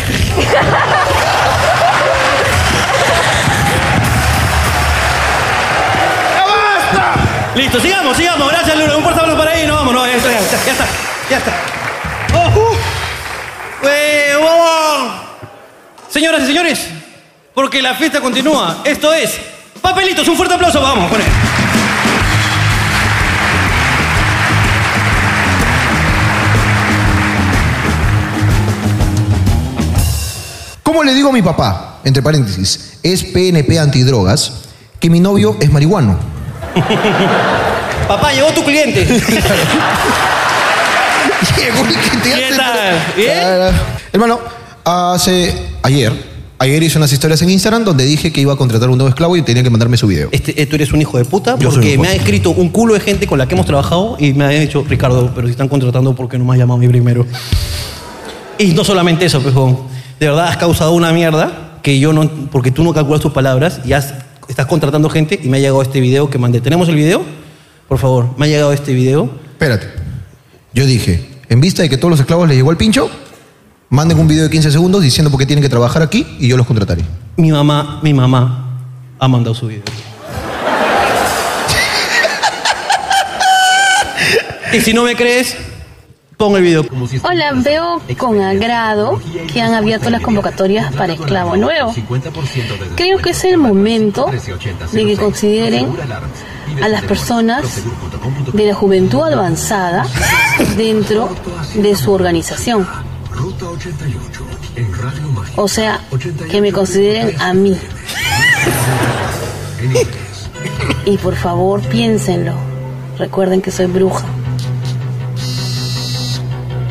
Speaker 1: ¡Ya basta! Listo, sigamos, sigamos. Gracias, Luna. Un fuerte abrazo para ahí. No, vamos, no. Ya está, ya está. Ya está. Ya está. ¡Oh! uh. ¡Huevón! Señoras y señores, porque la fiesta continúa. Esto es Papelitos. Un fuerte aplauso. Vamos, con él.
Speaker 2: ¿Cómo le digo a mi papá, entre paréntesis, es PNP antidrogas, que mi novio es marihuano? *laughs*
Speaker 1: Papá, llegó tu cliente.
Speaker 2: ¿Qué tal? Claro. Hermano, hace ayer, ayer hice unas historias en Instagram donde dije que iba a contratar un nuevo esclavo y tenía que mandarme su video.
Speaker 1: Este, eh, tú eres un hijo de puta
Speaker 2: Yo soy
Speaker 1: porque
Speaker 2: un
Speaker 1: me ha
Speaker 2: hijo de
Speaker 1: escrito un culo de gente con la que hemos trabajado y me ha dicho, Ricardo, pero si están contratando, ¿por qué no me has llamado a mí primero? Y no solamente eso, pejón. De verdad has causado una mierda que yo no. Porque tú no calculas tus palabras y has- estás contratando gente y me ha llegado este video que mandé. ¿Tenemos el video? Por favor, me ha llegado este video.
Speaker 2: Espérate. Yo dije, en vista de que todos los esclavos les llegó el pincho, manden un video de 15 segundos diciendo por qué tienen que trabajar aquí y yo los contrataré.
Speaker 1: Mi mamá, mi mamá ha mandado su video. *laughs* y si no me crees, pon el video.
Speaker 13: Hola, veo con agrado que han abierto las convocatorias para esclavo nuevo. Creo que es el momento de que consideren a las personas de la juventud avanzada dentro de su organización. O sea, que me consideren a mí. Y por favor, piénsenlo. Recuerden que soy bruja.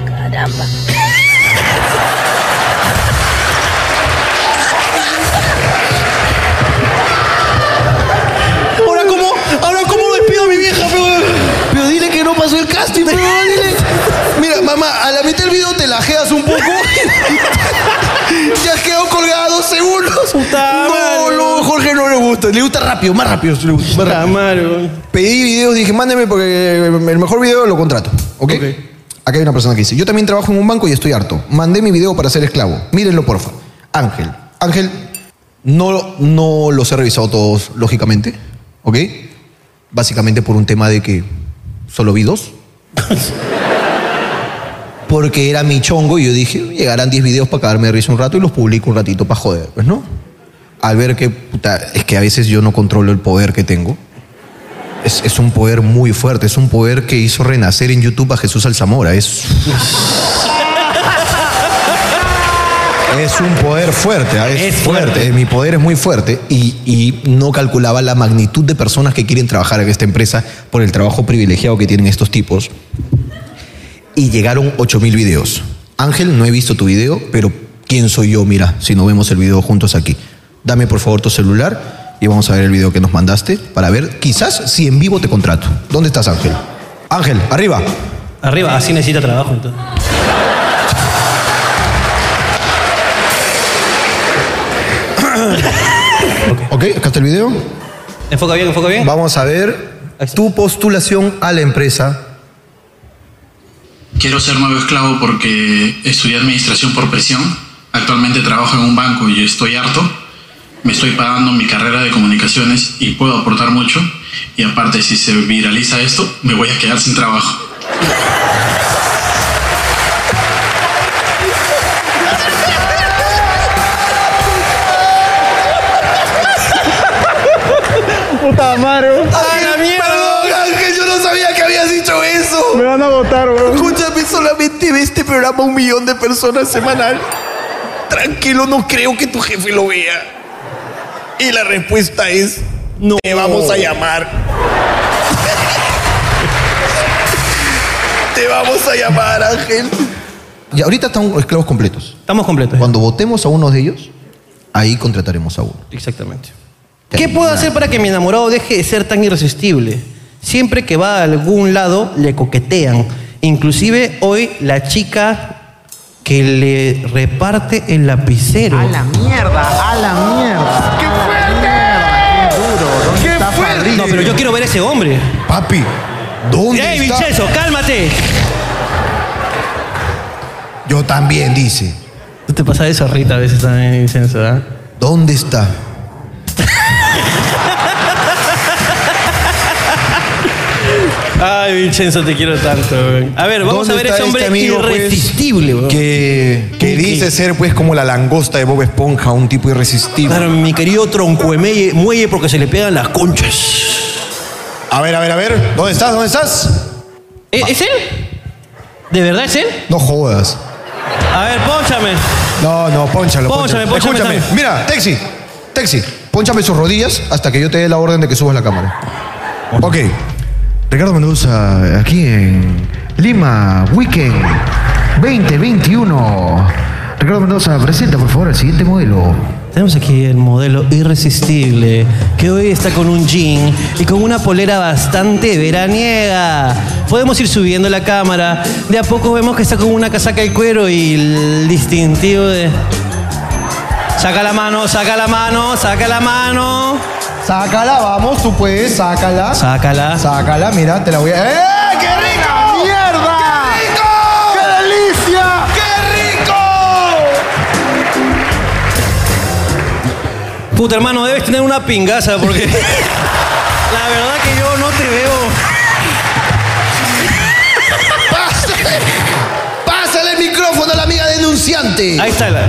Speaker 13: Caramba.
Speaker 1: Ahora cómo, ahora cómo despido a mi vieja, pero,
Speaker 2: pero dile que no pasó el casting, pero dile. Mira, mamá, a la mitad del video te lajeas un poco. *laughs* ya has quedado colgado dos segundos. no, no, Jorge no le gusta. Le gusta rápido, más rápido. Le gusta, más rápido. Pedí videos, dije, mándeme porque eh, el mejor video lo contrato. ¿Ok? Acá hay una persona que dice, yo también trabajo en un banco y estoy harto. Mandé mi video para ser esclavo. Mírenlo, porfa. Ángel. Ángel, no, no los he revisado todos, lógicamente. ¿Ok? Básicamente por un tema de que solo vi dos. *laughs* Porque era mi chongo y yo dije, llegarán 10 videos para cagarme de risa un rato y los publico un ratito para joder, pues no. Al ver que, puta, es que a veces yo no controlo el poder que tengo. Es, es un poder muy fuerte, es un poder que hizo renacer en YouTube a Jesús Alzamora. Es, es un poder fuerte, ¿ah? es, fuerte. Mi poder es muy fuerte y, y no calculaba la magnitud de personas que quieren trabajar en esta empresa por el trabajo privilegiado que tienen estos tipos y llegaron 8000 videos. Ángel, no he visto tu video, pero ¿quién soy yo? Mira, si no vemos el video juntos aquí. Dame por favor tu celular y vamos a ver el video que nos mandaste para ver quizás si en vivo te contrato. ¿Dónde estás, Ángel? Ángel, arriba.
Speaker 1: Arriba, así necesita trabajo entonces.
Speaker 2: ok, acá está el video.
Speaker 1: Enfoca bien, enfoca bien.
Speaker 2: Vamos a ver tu postulación a la empresa.
Speaker 17: Quiero ser nuevo esclavo porque estudié administración por presión. Actualmente trabajo en un banco y estoy harto. Me estoy pagando mi carrera de comunicaciones y puedo aportar mucho. Y aparte, si se viraliza esto, me voy a quedar sin trabajo.
Speaker 14: Puta madre.
Speaker 2: ¡Ay, la mierda! Perdón, Ángel, yo no sabía que habías dicho eso.
Speaker 14: Me van a votar, bro.
Speaker 2: Escúchame, solamente ve este programa un millón de personas semanal. Tranquilo, no creo que tu jefe lo vea. Y la respuesta es, no. Te vamos a llamar. *laughs* Te vamos a llamar, Ángel. Y ahorita están esclavos completos.
Speaker 1: Estamos completos.
Speaker 2: Cuando votemos a uno de ellos, ahí contrataremos a uno.
Speaker 1: Exactamente. ¿Qué puedo hacer para que mi enamorado deje de ser tan irresistible? Siempre que va a algún lado le coquetean. Inclusive hoy la chica que le reparte el lapicero.
Speaker 18: mierda, a la mierda. ¿Qué fue?
Speaker 1: ese hombre?
Speaker 19: Papi, ¿dónde
Speaker 1: ¡Ey,
Speaker 19: está?
Speaker 1: Vincenzo, cálmate!
Speaker 19: Yo también, dice.
Speaker 1: Tú te pasas de zorrita a veces también, Vincenzo, ¿ah?
Speaker 19: ¿Dónde está?
Speaker 1: Ay, Vincenzo, te quiero tanto. güey. A ver, vamos a ver a ese hombre irresistible, güey.
Speaker 19: este pues, que, que dice ser pues como la langosta de Bob Esponja, un tipo irresistible.
Speaker 1: Claro, mi querido tronco de muelle, muelle porque se le pegan las conchas.
Speaker 19: A ver, a ver, a ver. ¿Dónde estás? ¿Dónde estás?
Speaker 1: ¿E- ¿Es él? ¿De verdad es él?
Speaker 19: No jodas.
Speaker 1: A ver, pónchame.
Speaker 19: No, no, ponchalo.
Speaker 1: Pónchame, pónchame
Speaker 19: Escúchame.
Speaker 1: también.
Speaker 19: Mira, Texi, Texi, ponchame sus rodillas hasta que yo te dé la orden de que subas la cámara. Ok.
Speaker 2: Ricardo Mendoza, aquí en Lima, Weekend 2021. Ricardo Mendoza, presenta por favor el siguiente modelo.
Speaker 1: Tenemos aquí el modelo irresistible, que hoy está con un jean y con una polera bastante veraniega. Podemos ir subiendo la cámara. De a poco vemos que está con una casaca de cuero y el distintivo de... Saca la mano, saca la mano, saca la mano.
Speaker 20: Sácala, vamos, tú puedes, sácala.
Speaker 1: Sácala.
Speaker 20: Sácala, mira, te la voy a. ¡Eh! ¡Qué rico! ¡Mierda! ¡Qué rico! ¡Qué delicia! ¡Qué rico!
Speaker 1: Puta hermano, debes tener una pingaza
Speaker 19: *laughs*
Speaker 1: porque... la verdad que yo no te veo...
Speaker 19: ¡Pásale! ¡Pásale el micrófono a la amiga denunciante!
Speaker 1: Ahí está la...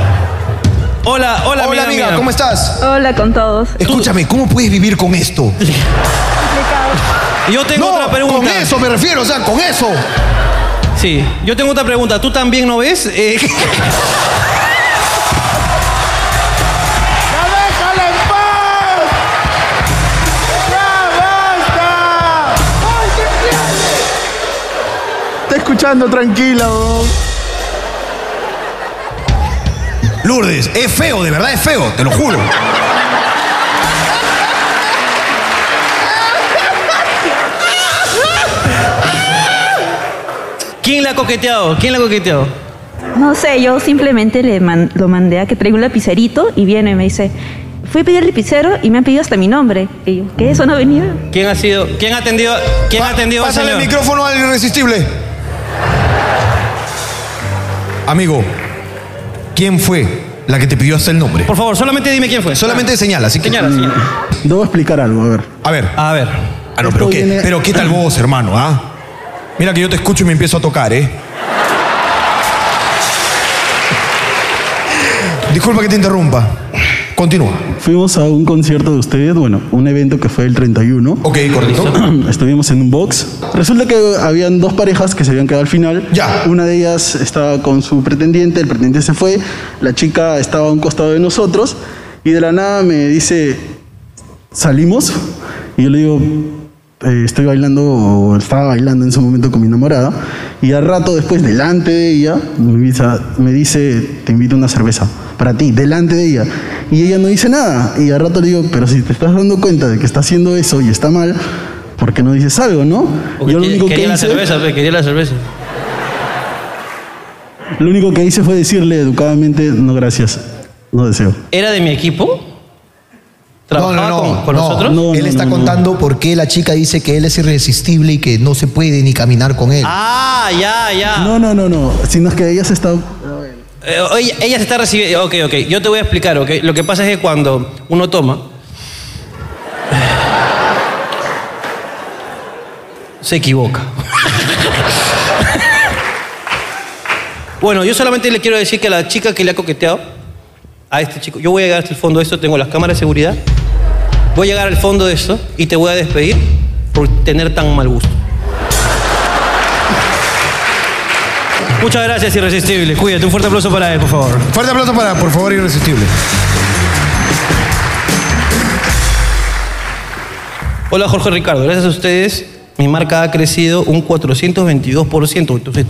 Speaker 1: Hola, hola,
Speaker 19: Hola, amiga, ¿cómo estás?
Speaker 21: Hola con todos.
Speaker 19: Escúchame, ¿cómo puedes vivir con esto?
Speaker 1: Yo tengo
Speaker 19: no,
Speaker 1: otra pregunta.
Speaker 19: Con eso me refiero, o sea, con eso.
Speaker 1: Sí, yo tengo otra pregunta. ¿Tú también no ves? Eh, *laughs*
Speaker 22: ¡Ya déjala en paz! ¡Ya basta! ¡Ay, qué
Speaker 23: Está escuchando tranquila, weón.
Speaker 19: Lourdes, es feo, de verdad es feo, te lo juro.
Speaker 1: ¿Quién la ha coqueteado? ¿Quién la ha coqueteado?
Speaker 13: No sé, yo simplemente le man- lo mandé a que traiga un lapicerito y viene y me dice, fui a pedir el lapicero y me han pedido hasta mi nombre. Y yo, ¿qué? ¿Eso no venía?
Speaker 1: ¿Quién ha sido? ¿Quién ha atendido? ¿Quién ha atendido al
Speaker 19: Pásale el
Speaker 1: señor?
Speaker 19: micrófono al irresistible. Amigo, ¿quién fue la que te pidió hasta el nombre?
Speaker 1: Por favor, solamente dime quién fue. Ah,
Speaker 19: Solamente señala, así que.
Speaker 1: Señala, señala.
Speaker 19: Debo explicar algo, a ver. A ver.
Speaker 1: A ver.
Speaker 19: Ah, no, pero
Speaker 1: Esto
Speaker 19: qué,
Speaker 1: viene-
Speaker 19: pero qué tal vos, hermano, ¿ah? Mira que yo te escucho y me empiezo a tocar, ¿eh? Disculpa que te interrumpa. Continúa.
Speaker 24: Fuimos a un concierto de ustedes, bueno, un evento que fue el 31.
Speaker 19: Ok, correcto. *clears throat*
Speaker 24: Estuvimos en un box. Resulta que habían dos parejas que se habían quedado al final. Ya. Una de ellas estaba con su pretendiente, el pretendiente se fue, la chica estaba a un costado de nosotros y de la nada me dice, ¿salimos? Y yo le digo, eh, estoy bailando o estaba bailando en su momento con mi enamorada. Y al rato después, delante de ella, me dice, me dice, te invito a una cerveza. Para ti, delante de ella. Y ella no dice nada. Y al rato le digo, pero si te estás dando cuenta de que está haciendo eso y está mal, ¿por qué no dices algo, no? yo lo único que
Speaker 1: Quería la
Speaker 24: hice-
Speaker 1: cerveza, pe, quería la cerveza.
Speaker 24: lo único que hice fue decirle educadamente, no gracias, no deseo.
Speaker 1: ¿Era de mi equipo? ¿Trabajaba con, con nosotros?
Speaker 25: él está contando por qué la chica dice que él es irresistible y que no se puede ni caminar con él.
Speaker 1: Ah, ya, ya.
Speaker 24: No, no, no, no. Sino es que ella se está...
Speaker 1: Eh, ella, ella se está recibiendo. Ok, ok. Yo te voy a explicar, ok. Lo que pasa es que cuando uno toma. *sighs* Se equivoca. *laughs* bueno, yo solamente le quiero decir que a la chica que le ha coqueteado, a este chico, yo voy a llegar hasta el fondo de esto, tengo las cámaras de seguridad, voy a llegar al fondo de esto y te voy a despedir por tener tan mal gusto. Muchas gracias, Irresistible. Cuídate, un fuerte aplauso para él, por favor.
Speaker 19: Fuerte aplauso para, por favor, irresistible.
Speaker 1: Hola Jorge Ricardo, gracias a ustedes mi marca ha crecido un 422%. Entonces,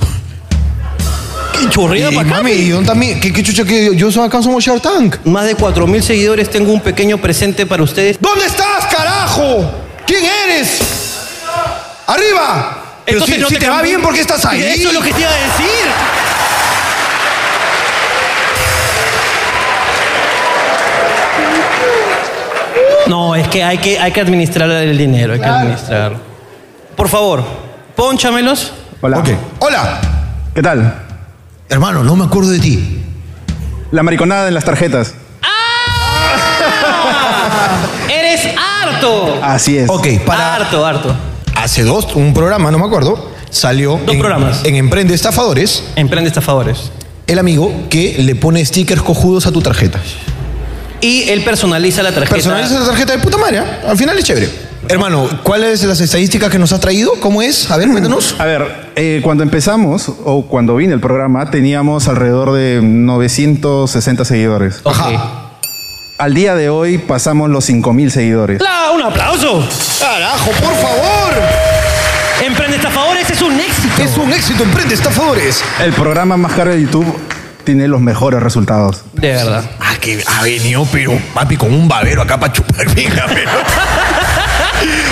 Speaker 1: qué chorrera
Speaker 19: Y- y
Speaker 1: para
Speaker 19: mami, ¿y dónde también? ¿Qué, qué chucha que yo soy acá somos Shark Tank?
Speaker 1: Más de 4000 seguidores, tengo un pequeño presente para ustedes.
Speaker 19: ¿Dónde estás, carajo? ¿Quién eres? ¡Arriba! Pero si, si te, va bien, ¿por qué estás ahí?
Speaker 1: Eso es lo que te iba a decir. No, es que hay que, hay que administrar el dinero, hay que administrarlo. Por favor, ponchamelos.
Speaker 24: Hola.
Speaker 1: Hola.
Speaker 24: ¿Qué tal? Hermano, no me acuerdo de ti. La mariconada en las tarjetas.
Speaker 1: ¡Ah! Eres harto.
Speaker 24: Así es.
Speaker 2: Ok, para.
Speaker 1: Harto, harto.
Speaker 2: Hace dos, un programa, no me acuerdo, salió. Dos programas. En Emprende Estafadores.
Speaker 1: Emprende Estafadores.
Speaker 2: El amigo que le pone stickers cojudos a tu tarjeta.
Speaker 1: Y él personaliza la tarjeta.
Speaker 2: Personaliza la tarjeta de puta madre. ¿ah? Al final es chévere. Hermano, ¿cuáles las estadísticas que nos has traído? ¿Cómo es? A ver, cuéntanos.
Speaker 24: A ver, eh, cuando empezamos o cuando vine el programa, teníamos alrededor de 960 seguidores. Ajá. Al día de hoy pasamos los 5.000 seguidores.
Speaker 1: ¡La- un aplauso.
Speaker 2: Carajo, por favor.
Speaker 1: Emprende Estafadores es un éxito.
Speaker 2: Es un éxito, Emprende Estafadores.
Speaker 24: El programa más caro de YouTube tiene los mejores resultados.
Speaker 1: De verdad.
Speaker 2: Ah, que ha venido, pero papi, con un babero acá para chupar *laughs* vieja, pero.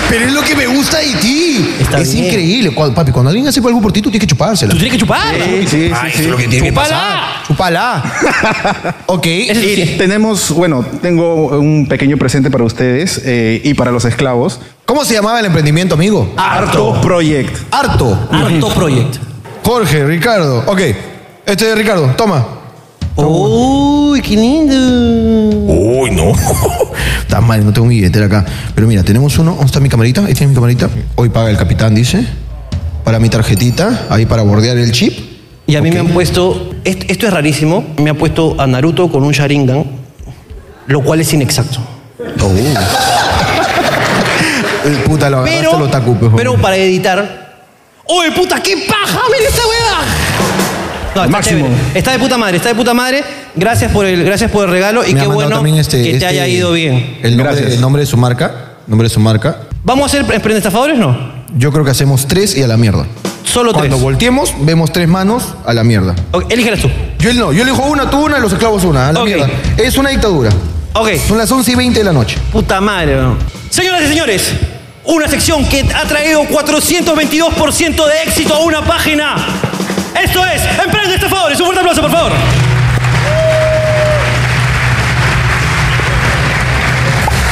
Speaker 2: pero es lo que me gusta de ti.
Speaker 19: es increíble. Cuando, papi, cuando alguien hace algo por ti, tú tienes que chupársela. Tú
Speaker 1: tienes que chuparla.
Speaker 2: Sí, sí,
Speaker 24: Ah, eso es
Speaker 2: lo que tiene que pasar. *laughs*
Speaker 24: Chupala.
Speaker 2: ok.
Speaker 24: Y tenemos, bueno, tengo un pequeño presente para ustedes eh, y para los esclavos.
Speaker 2: ¿Cómo se llamaba el emprendimiento, amigo?
Speaker 24: Harto Project.
Speaker 2: Harto.
Speaker 1: Harto Project.
Speaker 2: Jorge, Ricardo. Ok. Este es Ricardo, toma.
Speaker 1: Uy, qué lindo.
Speaker 2: Uy, no. *laughs* Está mal, no tengo mi billetera acá. Pero mira, tenemos uno. ¿Dónde está mi camarita? Ahí tiene mi camarita. Hoy paga el capitán, dice. Para mi tarjetita, ahí para bordear el chip.
Speaker 1: Y a mí me han puesto, est- esto es rarísimo, me ha puesto a Naruto con un Sharingan, lo cual es inexacto.
Speaker 2: Oh.
Speaker 1: *laughs*
Speaker 2: El puta lo agarraste
Speaker 1: Pero,
Speaker 2: lo pues, tacu,
Speaker 1: pero para editar, ¡Oye, puta, qué paja! ¡Mira esta hueva! No, está, chévere. está de puta madre, está de puta madre. Gracias por el, gracias por el regalo y
Speaker 2: Me ha
Speaker 1: qué
Speaker 2: mandado
Speaker 1: bueno
Speaker 2: también este-
Speaker 1: que te
Speaker 2: este-
Speaker 1: haya ido bien.
Speaker 2: El nombre, el nombre de su marca. Nombre de su marca.
Speaker 1: ¿Vamos a hacer emprendestafadores no?
Speaker 2: Yo creo que hacemos tres y a la mierda.
Speaker 1: Solo
Speaker 2: Cuando
Speaker 1: tres.
Speaker 2: volteemos, vemos tres manos a la mierda.
Speaker 1: Ok, elígelas tú.
Speaker 2: Yo no, yo elijo una, tú una y los esclavos una. A la mierda. Es una dictadura.
Speaker 1: Ok.
Speaker 2: Son las 11 y 20 de la noche.
Speaker 1: Puta madre, bro. Señoras y señores, una sección que ha traído 422% de éxito a una página. Esto es Emprende Estafadores. Un fuerte aplauso, por favor.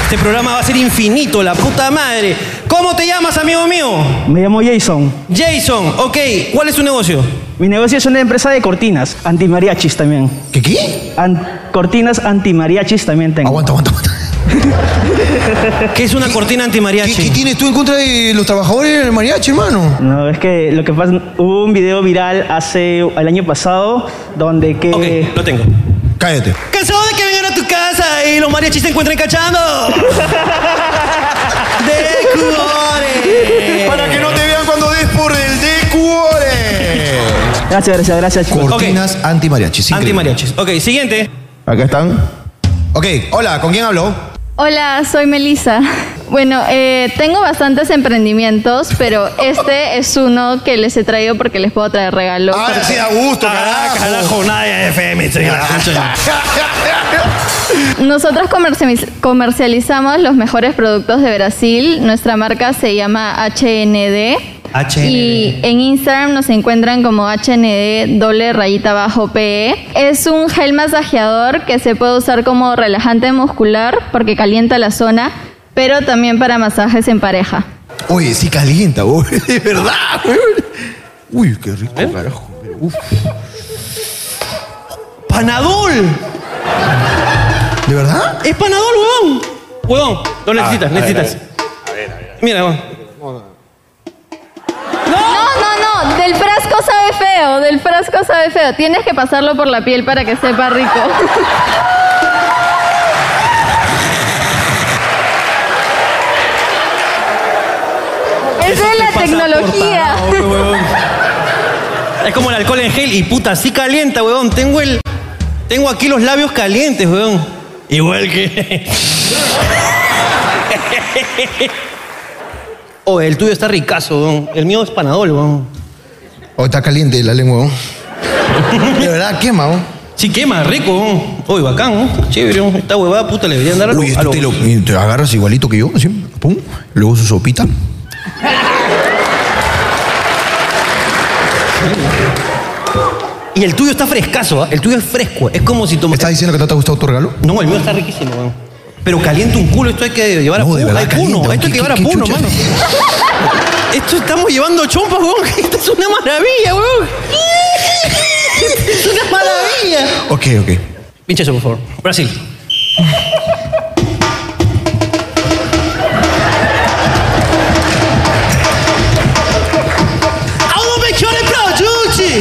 Speaker 1: Este programa va a ser infinito, la puta madre. ¿Cómo te llamas, amigo mío?
Speaker 14: Me llamo Jason.
Speaker 1: Jason, ok, ¿cuál es tu negocio?
Speaker 14: Mi negocio es una empresa de cortinas, antimariachis también.
Speaker 2: ¿Qué qué?
Speaker 14: cortinas antimariachis también tengo. Aguanta,
Speaker 2: aguanta,
Speaker 14: aguanta.
Speaker 1: ¿Qué es una cortina antimariachi?
Speaker 2: ¿Qué, tienes tú en contra de los trabajadores del mariachi, hermano?
Speaker 14: No, es que lo que pasa, hubo un video viral hace el año pasado donde que... Ok,
Speaker 1: lo tengo.
Speaker 2: Cállate.
Speaker 1: Cansado de que vengan a tu casa y los mariachis se encuentren cachando. De cuore.
Speaker 2: Para que no te vean cuando des por el de cuore.
Speaker 14: Gracias, gracias, gracias.
Speaker 2: Cortinas anti-mariachis.
Speaker 1: Ah. Anti-mariachis. Ok, siguiente.
Speaker 2: Acá están. Ok, hola, ¿con quién habló?
Speaker 13: Hola, soy Melissa. *laughs* Bueno, eh, tengo bastantes emprendimientos, pero este es uno que les he traído porque les puedo traer regalos.
Speaker 2: Ahora Ah, sí, a gusto, carajo.
Speaker 1: Carajo, nadie FM, sí, la concha de-
Speaker 13: Nosotros comerci- comercializamos los mejores productos de Brasil. Nuestra marca se llama HND.
Speaker 1: HND.
Speaker 13: Y en Instagram nos encuentran como HND doble rayita bajo PE. Es un gel masajeador que se puede usar como relajante muscular porque calienta la zona, pero también para masajes en pareja.
Speaker 2: Oye, sí calienta, güey. *laughs* De verdad, güey. Uy, qué rico, carajo. Pero, uf.
Speaker 1: ¡Panadol!
Speaker 2: ¿De verdad?
Speaker 1: ¡Es panadol, huevón! Huevón, lo necesitas,
Speaker 2: Ah, a ver,
Speaker 1: necesitas. Mira, huevón.
Speaker 13: No, no, no, del frasco sabe feo, del frasco sabe feo. Tienes que pasarlo por la piel para que sepa rico. Esa es la tecnología.
Speaker 1: Es como el alcohol en gel y puta, sí calienta, huevón. Tengo el. Tengo aquí los labios calientes, huevón. Igual que. *laughs* oh, el tuyo está ricazo, huevón. El mío es panadol, huevón.
Speaker 2: Oh, está caliente la lengua, huevón. De verdad, quema, huevón.
Speaker 1: Sí, quema, rico, huevón. Uy, bacán, huevón. Chévere, huevón. Esta huevada puta le deberían dar a los-
Speaker 2: Uy,
Speaker 1: a
Speaker 2: esto
Speaker 1: los-
Speaker 2: te, lo, y te agarras igualito que yo, así, pum, luego su sopita.
Speaker 1: Y el tuyo está frescazo, ¿ah? El tuyo es fresco. Es como si tomas.
Speaker 2: ¿Estás diciendo que no te ha gustado tu regalo?
Speaker 1: No, el mío está riquísimo, huevón. Pero calienta un culo, esto hay que llevar a
Speaker 2: No, de
Speaker 1: Puno. Hay
Speaker 2: verdad
Speaker 1: Puno, esto
Speaker 2: calienta,
Speaker 1: hay que
Speaker 2: ¿qué-
Speaker 1: llevar a
Speaker 2: qué- qué
Speaker 1: Puno,
Speaker 2: chucha?
Speaker 1: mano. Esto estamos llevando chompas, weón. *laughs* Esto es una maravilla, weón. *laughs* Esto es una maravilla.
Speaker 2: Ok, ok.
Speaker 1: Pinche eso, por favor. Brasil.
Speaker 24: Ha un migliore produtti!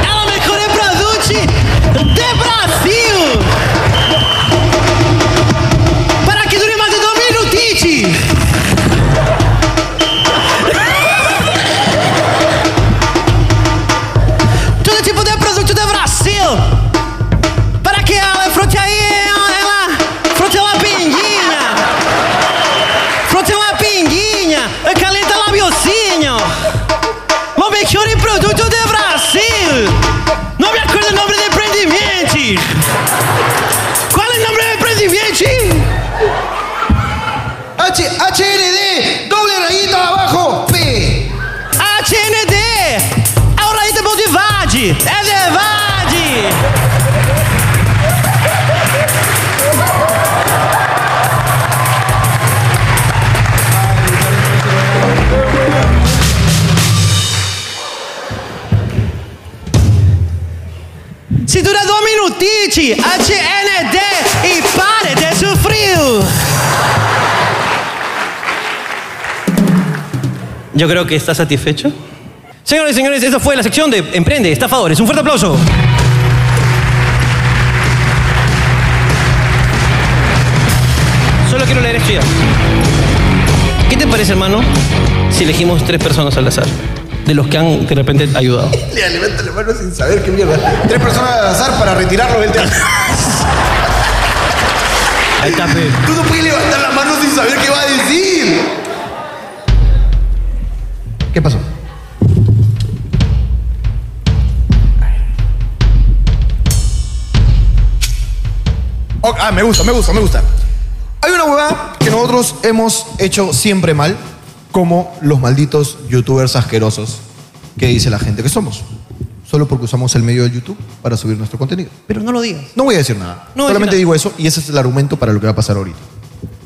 Speaker 24: È un migliore produtti del Brasil! Para che duri mais due minuti! Todo tipo de produto do Brasil! Para que ela fronte aí, ela fronte uma pinguinha! Fronte uma pinguinha! Calenta tá labiocinho! O melhor em produto do Brasil! Não me acorda o nome do empreendimento! Qual é o nome do empreendimento? H HND, doble rayita abajo, P! HND! É o rayita bom de Vade! É de Vade! Se dura dois minutite, HND e pare de sofrer!
Speaker 1: Yo creo que está satisfecho. Señores y señores, esa fue la sección de Emprende, estafadores. Un fuerte aplauso. Solo quiero leer esto ya. ¿Qué te parece, hermano, si elegimos tres personas al azar? De los que han de repente ayudado.
Speaker 19: Le levanta la mano sin saber qué mierda. Tres personas al azar para retirarlo del teatro.
Speaker 1: Ahí está, pe.
Speaker 19: Tú no puedes levantar la mano sin saber qué va a decir.
Speaker 26: ¿Qué pasó?
Speaker 19: Ok, ah, me gusta, me gusta, me gusta. Hay una huevada que nosotros hemos hecho siempre mal, como los malditos youtubers asquerosos que dice la gente que somos. Solo porque usamos el medio de YouTube para subir nuestro contenido.
Speaker 1: Pero no lo digas.
Speaker 19: No voy a decir
Speaker 1: No
Speaker 19: nada.
Speaker 1: voy a decir
Speaker 19: Solamente
Speaker 1: nada.
Speaker 19: digo eso y ese es el argumento para lo que va a pasar ahorita.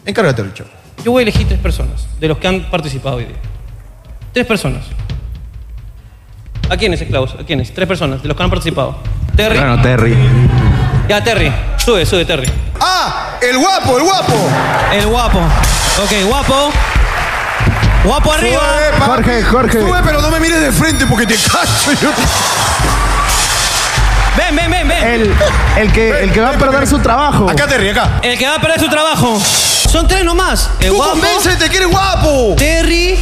Speaker 19: Encárgate, Richard.
Speaker 1: Yo voy a elegir tres personas de los que han participado hoy día. Tres personas. ¿A quiénes, esclavos? ¿A quiénes? Tres personas de los que han participado. Terry.
Speaker 14: Bueno, Terry.
Speaker 1: Ya, Terry. Sube, sube, Terry.
Speaker 19: ¡Ah! ¡El guapo, el guapo!
Speaker 1: El guapo. Ok, guapo. Guapo arriba.
Speaker 19: Jorge, Jorge. Sube, pero no me mires de frente porque te *laughs* cacho. Yo
Speaker 1: Ven, ven, ven, ven.
Speaker 14: El, el, que, el que va a perder su trabajo.
Speaker 19: Acá, Terry, acá.
Speaker 1: El que va a perder su trabajo. Son tres nomás. El
Speaker 19: Tú
Speaker 1: guapo.
Speaker 19: convéncete que eres guapo.
Speaker 1: Terry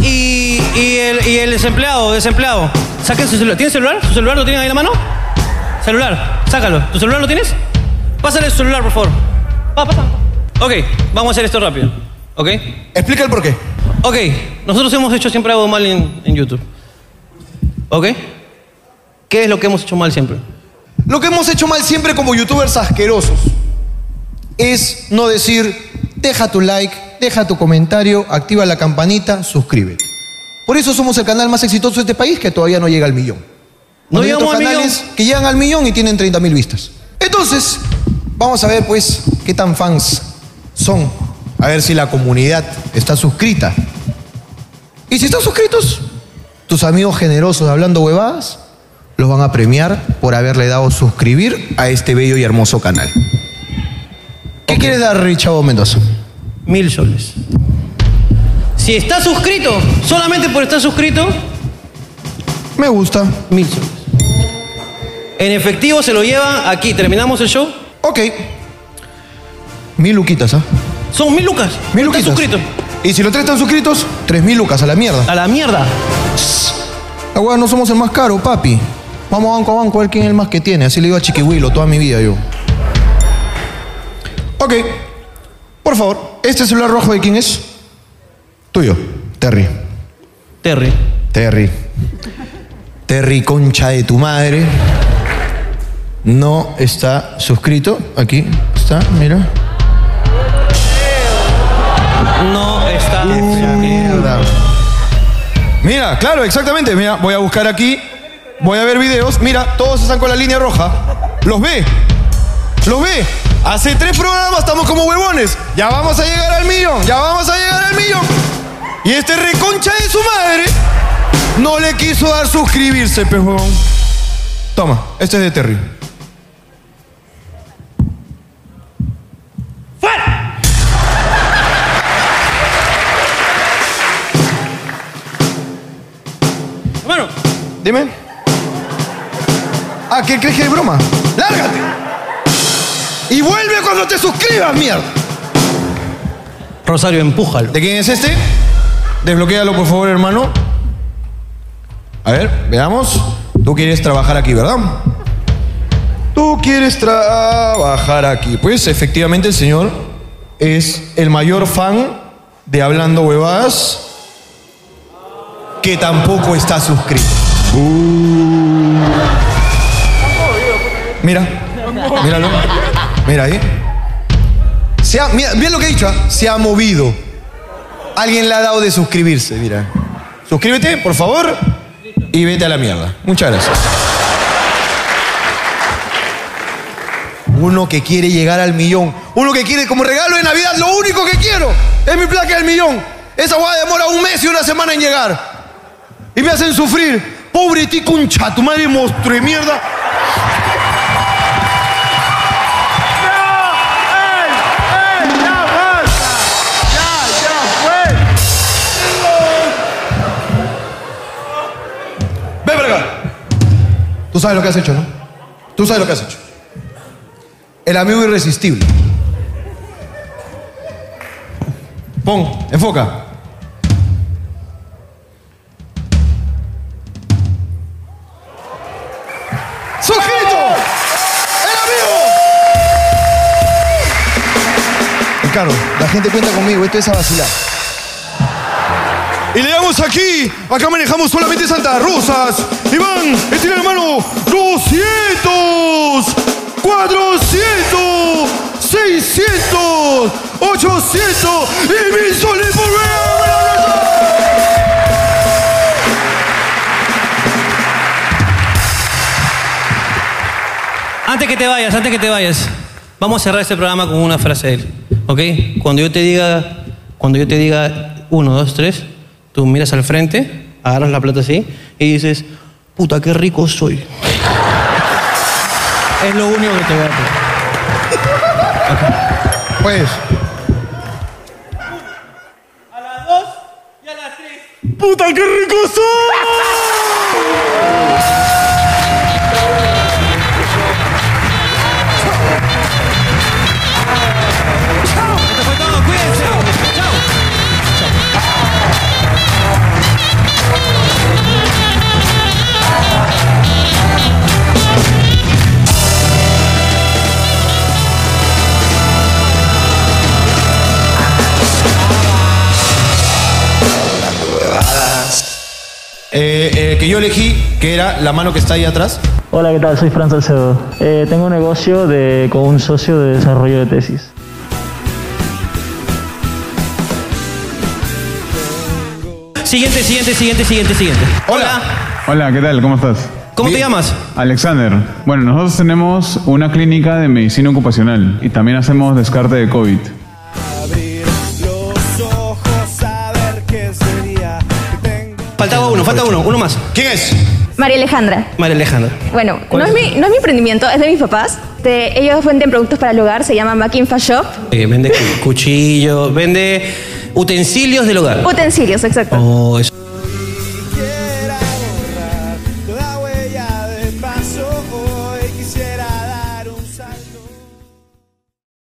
Speaker 1: y, y el, y el desempleado, desempleado. Saquen su celular. ¿Tienes celular? ¿Tu celular lo tienen ahí en la mano? Celular, sácalo. ¿Tu celular lo tienes? Pásale su celular, por favor. Va, pasa. Ok, vamos a hacer esto rápido. ¿Ok?
Speaker 19: Explica el porqué.
Speaker 1: Ok, nosotros hemos hecho siempre algo mal en, en YouTube. ¿Ok? ¿Qué es lo que hemos hecho mal siempre?
Speaker 19: Lo que hemos hecho mal siempre como youtubers asquerosos es no decir, deja tu like, deja tu comentario, activa la campanita, suscríbete. Por eso somos el canal más exitoso de este país que todavía no llega al millón.
Speaker 1: No
Speaker 19: Cuando hay
Speaker 1: llegamos
Speaker 19: otros
Speaker 1: al millón.
Speaker 19: canales que llegan al millón y tienen 30 mil vistas. Entonces, vamos a ver pues qué tan fans son. A ver si la comunidad está suscrita. Y si están suscritos, tus amigos generosos de hablando huevadas los van a premiar por haberle dado suscribir a este bello y hermoso canal. ¿Qué quieres dar, Richard Mendoza?
Speaker 1: Mil soles. Si estás suscrito, solamente por estar suscrito,
Speaker 19: Me gusta.
Speaker 1: mil soles. En efectivo se lo lleva aquí. Terminamos el show.
Speaker 19: Ok. Mil luquitas, ¿ah?
Speaker 1: Son mil lucas.
Speaker 19: Mil luquitas. suscritos. Y si los tres están suscritos, tres mil lucas, a la mierda.
Speaker 1: A la mierda.
Speaker 19: La hueá, no somos el más caro, papi. Vamos banco a banco a ver quién es el más que tiene. Así le digo a Chiquihuilo toda mi vida yo. Ok. Por favor, ¿este celular rojo de quién es? Tuyo, Terry.
Speaker 1: Terry.
Speaker 19: Terry. Terry, concha de tu madre. No está suscrito. Aquí está, mira.
Speaker 1: No está.
Speaker 19: Mierda. Mira, claro, exactamente. Mira, voy a buscar aquí. Voy a ver videos. Mira, todos están con la línea roja. Los ve. Los ve. Hace tres programas estamos como huevones. Ya vamos a llegar al millón, ya vamos a llegar al millón. Y este reconcha de su madre no le quiso dar suscribirse, pejón. Toma, este es de Terry.
Speaker 1: Hermano,
Speaker 19: Dime. Ah, ¿qué crees que es broma? ¡Lárgate! Y vuelve cuando te suscribas, mierda.
Speaker 1: Rosario, empújalo.
Speaker 19: ¿De quién es este? Desbloquéalo, por favor, hermano. A ver, veamos. Tú quieres trabajar aquí, ¿verdad? Tú quieres trabajar aquí. Pues efectivamente el señor es el mayor fan de Hablando Huevadas que tampoco está suscrito. Mira, míralo. Mira ahí. Se ha- mira, mira lo que he dicho. ¿ah? Se ha movido. Alguien le ha dado de suscribirse, mira. Suscríbete, por favor, y vete a la mierda. Muchas gracias. Uno que quiere llegar al millón. Uno que quiere, como regalo de Navidad, lo único que quiero es mi placa del millón. Esa guada demora un mes y una semana en llegar. Y me hacen sufrir. Pobre ti, concha, tu madre monstruo de mierda. Ven para acá. Tú sabes lo que has hecho, ¿no? Tú sabes lo que has hecho. El amigo irresistible. Pon, enfoca. ¡Suscrito! ¡El amigo! Claro, la gente cuenta conmigo, esto es a vacilar. Y le damos aquí, acá manejamos solamente Santa Rosas. Iván, este estira la mano. 200, 400, 600, 800 y 1000 soles por vez.
Speaker 1: Antes que te vayas, antes que te vayas, vamos a cerrar este programa con una frase de él, ¿ok? Cuando yo te diga, cuando yo te diga uno, dos, tres, tú miras al frente, agarras la plata así y dices, puta, qué rico soy. es lo único que te voy a pedir.
Speaker 19: Pues. ¡Puta, qué rico Eh, el que yo elegí, que era la mano que está ahí atrás.
Speaker 27: Hola, ¿qué tal? Soy Fran Salcedo. Eh, tengo un negocio de, con un socio de desarrollo de tesis.
Speaker 1: Siguiente, siguiente, siguiente, siguiente, siguiente. Hola.
Speaker 28: Hola, ¿qué tal? ¿Cómo estás?
Speaker 1: ¿Cómo te llamas?
Speaker 28: Alexander. Bueno, nosotros tenemos una clínica de medicina ocupacional y también hacemos descarte de COVID.
Speaker 1: Faltaba uno, falta uno, uno más. ¿Quién es?
Speaker 29: María Alejandra.
Speaker 1: María Alejandra.
Speaker 29: Bueno, no es, mi, no es mi emprendimiento, es de mis papás. Este, ellos venden productos para el hogar, se llama Macinfa Shop.
Speaker 1: Eh, vende cu- cuchillos, vende utensilios del hogar.
Speaker 29: Utensilios, exacto.
Speaker 1: Oh, es